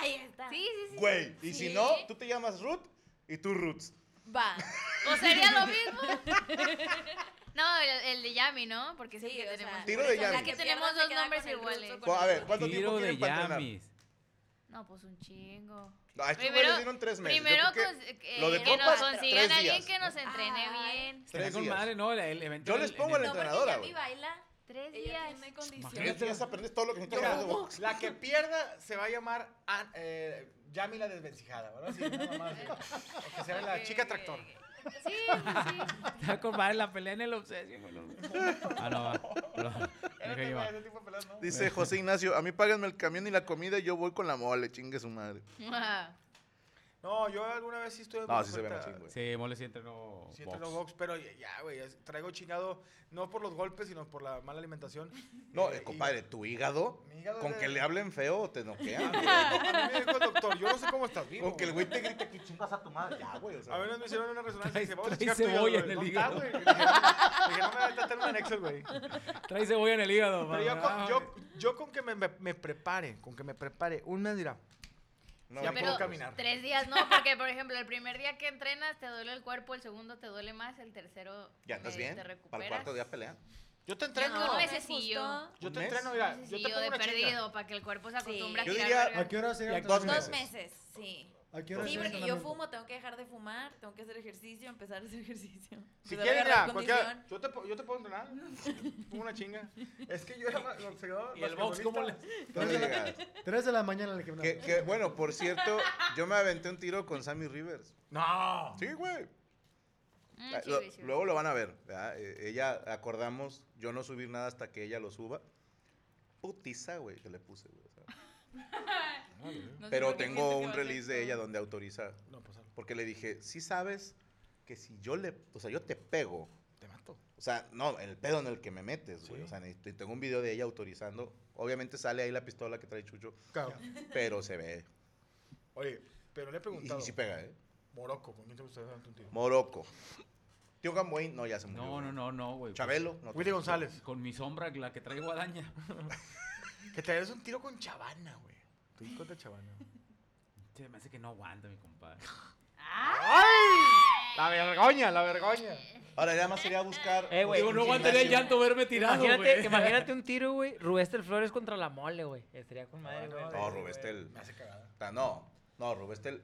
[SPEAKER 7] Ahí está.
[SPEAKER 3] Sí, sí, sí.
[SPEAKER 4] güey. Y si
[SPEAKER 7] Sí.
[SPEAKER 4] no, tú te llamas Ruth y tú Roots.
[SPEAKER 7] Va.
[SPEAKER 3] ¿O sería lo mismo? no, el, el de Yami, ¿no? Porque sí,
[SPEAKER 7] Sí,
[SPEAKER 3] que
[SPEAKER 7] o
[SPEAKER 3] tenemos.
[SPEAKER 7] sea,
[SPEAKER 4] Tiro de
[SPEAKER 7] o sea,
[SPEAKER 4] llave.
[SPEAKER 7] la
[SPEAKER 4] Que
[SPEAKER 7] pierda
[SPEAKER 3] tenemos
[SPEAKER 7] se
[SPEAKER 3] dos
[SPEAKER 7] queda
[SPEAKER 3] nombres
[SPEAKER 7] con el ruso,
[SPEAKER 3] iguales.
[SPEAKER 7] con
[SPEAKER 4] Cu-
[SPEAKER 7] el
[SPEAKER 4] A ver,
[SPEAKER 7] otro.
[SPEAKER 4] ¿cuánto tiempo
[SPEAKER 12] tiro de
[SPEAKER 4] quieren para entrenar?
[SPEAKER 12] llamis.
[SPEAKER 3] No, pues un chingo.
[SPEAKER 4] No, a estos güeyes
[SPEAKER 3] Primero-
[SPEAKER 4] les dieron tres meses. Yo
[SPEAKER 3] Primero
[SPEAKER 4] creo
[SPEAKER 3] cons-
[SPEAKER 4] que
[SPEAKER 3] eh,
[SPEAKER 4] lo de
[SPEAKER 3] que nos
[SPEAKER 4] compas,
[SPEAKER 3] consigan
[SPEAKER 4] tres
[SPEAKER 3] a alguien
[SPEAKER 4] días,
[SPEAKER 3] que
[SPEAKER 4] ¿no?
[SPEAKER 3] nos entrene
[SPEAKER 7] Ay.
[SPEAKER 3] bien.
[SPEAKER 12] Estaría
[SPEAKER 4] Tres
[SPEAKER 12] con
[SPEAKER 4] días.
[SPEAKER 12] madre, ¿no? El- el evento
[SPEAKER 4] Yo
[SPEAKER 12] del-
[SPEAKER 4] les
[SPEAKER 12] en
[SPEAKER 4] pongo
[SPEAKER 12] el-
[SPEAKER 4] la-
[SPEAKER 7] No, porque
[SPEAKER 4] entrenadora,
[SPEAKER 7] Yami
[SPEAKER 4] güey.
[SPEAKER 7] baila.
[SPEAKER 3] Tres
[SPEAKER 7] Ella
[SPEAKER 3] días.
[SPEAKER 7] tiene condiciones.
[SPEAKER 4] Tres días aprendes todo lo que necesitas saber de
[SPEAKER 6] Yo,
[SPEAKER 4] box.
[SPEAKER 6] la que pierda se va a llamar An- eh, Yami la desvencijada, ¿verdad? Sí, nada más. O que se ve la chica tractor.
[SPEAKER 3] Sí, sí, sí.
[SPEAKER 12] Está con madre la pelea en el obsesio. güey. Ah, no, va. Perdón.
[SPEAKER 6] Ya no
[SPEAKER 12] Dije
[SPEAKER 6] te
[SPEAKER 12] yo, va.
[SPEAKER 6] vayas, ese tipo de pelas, ¿no?
[SPEAKER 4] Dice José Ignacio, a mí páganme el camión y la comida y yo voy con la mole, chingue su madre.
[SPEAKER 6] No, yo alguna vez sí estuve
[SPEAKER 4] No,
[SPEAKER 6] muy
[SPEAKER 4] sí se ve eh.
[SPEAKER 6] fuerte-
[SPEAKER 4] machín, güey.
[SPEAKER 12] Sí, mole sí
[SPEAKER 4] Oh,
[SPEAKER 12] entrenó
[SPEAKER 6] Sí,
[SPEAKER 12] box.
[SPEAKER 6] entreno box, pero ya- ya, güey, es- traigo chingado, no por los golpes, sino por la mala alimentación.
[SPEAKER 4] No,
[SPEAKER 6] Eh,
[SPEAKER 4] eh,
[SPEAKER 6] y-
[SPEAKER 4] compadre, tu hígado,
[SPEAKER 6] Mi hígado
[SPEAKER 4] con
[SPEAKER 6] de-
[SPEAKER 4] que le hablen feo te noquean.
[SPEAKER 6] A mí me dijo el doctor, yo no sé cómo estás vivo.
[SPEAKER 4] Con que el
[SPEAKER 6] güey.
[SPEAKER 4] güey te grite que chingas a tu madre. Ya, güey, o sea.
[SPEAKER 6] A menos me hicieron una resonancia y dice, vamos a
[SPEAKER 12] trae
[SPEAKER 6] checar tu hígado,
[SPEAKER 12] cebolla
[SPEAKER 6] güey.
[SPEAKER 12] en el
[SPEAKER 6] No está,
[SPEAKER 12] hígado.
[SPEAKER 6] güey. Dije, no, dije, no me va a tratar un anexo, güey.
[SPEAKER 12] Trae cebolla en el hígado.
[SPEAKER 6] Pero yo
[SPEAKER 12] mamá.
[SPEAKER 6] con, yo, yo con que me, me, me prepare, con que me prepare, un mes dirá,
[SPEAKER 4] No,
[SPEAKER 6] ya
[SPEAKER 4] no,
[SPEAKER 6] puedo
[SPEAKER 3] Pero-
[SPEAKER 6] caminar.
[SPEAKER 3] Tres días, no, porque por ejemplo, el primer día que entrenas te duele el cuerpo, el segundo te duele más, el tercero
[SPEAKER 4] Ya estás bien.
[SPEAKER 3] medio eh, te
[SPEAKER 4] Para
[SPEAKER 3] recuperas.
[SPEAKER 4] el cuarto día pelean.
[SPEAKER 9] Yo te entreno.
[SPEAKER 3] No, mesecillo.
[SPEAKER 9] Yo te entreno, mira, yo te
[SPEAKER 3] Mesecillo
[SPEAKER 9] pongo
[SPEAKER 3] de
[SPEAKER 9] una chinga.
[SPEAKER 3] perdido, para que el cuerpo se acostumbre
[SPEAKER 9] Yo
[SPEAKER 3] a girar.
[SPEAKER 9] diría-
[SPEAKER 3] verga.
[SPEAKER 9] ¿A qué hora sería el
[SPEAKER 7] Dos
[SPEAKER 9] entrenamiento?
[SPEAKER 7] meses. sí.
[SPEAKER 11] ¿A qué hora
[SPEAKER 7] sí,
[SPEAKER 11] sería el
[SPEAKER 7] porque yo
[SPEAKER 11] entrenamiento?
[SPEAKER 7] fumo, tengo que dejar de fumar, tengo que hacer ejercicio, empezar a hacer ejercicio.
[SPEAKER 9] Si
[SPEAKER 7] empezar a
[SPEAKER 9] quieres,
[SPEAKER 7] agarrar
[SPEAKER 9] mira,
[SPEAKER 7] condición.
[SPEAKER 9] cualquiera, yo, te, po- yo te puedo entrenar. Pongo una chinga. Es que yo era ba- boxeador.
[SPEAKER 12] ¿Y el box cómo le-
[SPEAKER 11] Tres de la- tres de la mañana en el
[SPEAKER 4] Que,
[SPEAKER 11] gimnasio.
[SPEAKER 4] que, bueno, por cierto, yo me aventé un tiro con Sammy Rivers.
[SPEAKER 9] No.
[SPEAKER 4] Sí, güey.
[SPEAKER 3] Mm,
[SPEAKER 4] Ah,
[SPEAKER 3] sí,
[SPEAKER 4] lo-
[SPEAKER 3] güey, sí, güey.
[SPEAKER 4] luego lo van a ver. ¿verdad? Eh, ella, acordamos, yo no subir nada hasta que ella lo suba. Putiza, güey, que le puse, güey. o sea.
[SPEAKER 3] Pues No sé
[SPEAKER 4] Pero
[SPEAKER 3] por qué
[SPEAKER 4] tengo
[SPEAKER 3] siento que
[SPEAKER 4] un
[SPEAKER 3] va a ser
[SPEAKER 4] release de ella donde autoriza.
[SPEAKER 9] No, pues, algo.
[SPEAKER 4] Porque le dije, sí sabes que si yo le, o sea, yo te pego.
[SPEAKER 9] Te mato.
[SPEAKER 4] O sea, no, el pedo en el que me metes, güey. O sea, necesito- y tengo un video de ella autorizando. Obviamente sale ahí la pistola que trae Chucho,
[SPEAKER 9] Claro.
[SPEAKER 4] pero se ve.
[SPEAKER 9] Oye, pero le he
[SPEAKER 4] Y,
[SPEAKER 9] preguntado.
[SPEAKER 4] y sí pega, ¿eh?
[SPEAKER 9] Morocco, ¿con quién te gustaría darte un tiro?
[SPEAKER 4] Morocco. Tío Gamboín, no, ya se murió.
[SPEAKER 12] No, no, no, no, güey.
[SPEAKER 4] Chabelo, no.
[SPEAKER 9] Willy González.
[SPEAKER 12] Con mi sombra, la que traigo guadaña.
[SPEAKER 9] Que te des un tiro con Chavana, güey. Tú y contra Chavana.
[SPEAKER 12] Se me hace que no aguanta, mi compadre.
[SPEAKER 9] La vergoña, la vergoña.
[SPEAKER 4] Ahora, nada más sería buscar.
[SPEAKER 8] Eh, güey.
[SPEAKER 12] Digo, no
[SPEAKER 4] un
[SPEAKER 12] aguantaría el
[SPEAKER 4] gimnasio.
[SPEAKER 12] llanto verme tirado,
[SPEAKER 8] imagínate,
[SPEAKER 12] güey.
[SPEAKER 8] imagínate un tiro, güey. Ruestel Flores contra la mole, güey. Estaría con madre, güey.
[SPEAKER 4] No, Rubestel.
[SPEAKER 9] Me hace cagada.
[SPEAKER 4] Ta- No, no, Rubestel.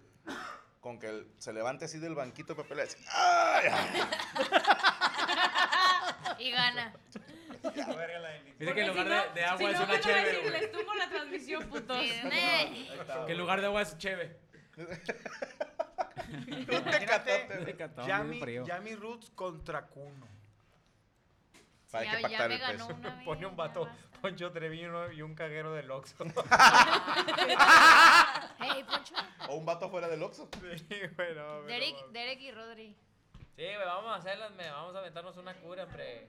[SPEAKER 4] Con que el- se levante así del banquito, Pepe le hace, ¡Ay!
[SPEAKER 3] Y gana.
[SPEAKER 12] Dice que en
[SPEAKER 5] Porque
[SPEAKER 12] lugar
[SPEAKER 5] si no-
[SPEAKER 12] de, de agua
[SPEAKER 5] si
[SPEAKER 12] es
[SPEAKER 5] no,
[SPEAKER 12] una
[SPEAKER 5] van a ver
[SPEAKER 12] chévere,
[SPEAKER 5] si
[SPEAKER 12] güey.
[SPEAKER 5] les tumbo la transmisión, putos.
[SPEAKER 3] Sí,
[SPEAKER 12] Que en lugar de agua es cheve.
[SPEAKER 4] Un tecatote,
[SPEAKER 12] Un
[SPEAKER 4] güey.
[SPEAKER 12] tecatón,
[SPEAKER 9] Yami,
[SPEAKER 12] bien frío.
[SPEAKER 9] Yami Roots contra Cuno.
[SPEAKER 4] Para
[SPEAKER 3] ya-
[SPEAKER 4] que
[SPEAKER 3] ya
[SPEAKER 4] pactar
[SPEAKER 3] me
[SPEAKER 4] el
[SPEAKER 3] ganó
[SPEAKER 4] peso.
[SPEAKER 3] una vez,
[SPEAKER 8] Pone un
[SPEAKER 3] ya
[SPEAKER 8] vato,
[SPEAKER 3] basta.
[SPEAKER 8] Poncho Trevino y un caguero del Oxxo.
[SPEAKER 3] Hey, Poncho.
[SPEAKER 4] O un vato fuera del Oxxo.
[SPEAKER 8] Sí, güey, no, güey,
[SPEAKER 3] Derek,
[SPEAKER 8] no mames.
[SPEAKER 3] Derek y Rodri.
[SPEAKER 8] Sí, güey, vamos a hacerlas, me- vamos a aventarnos una cura, hombre.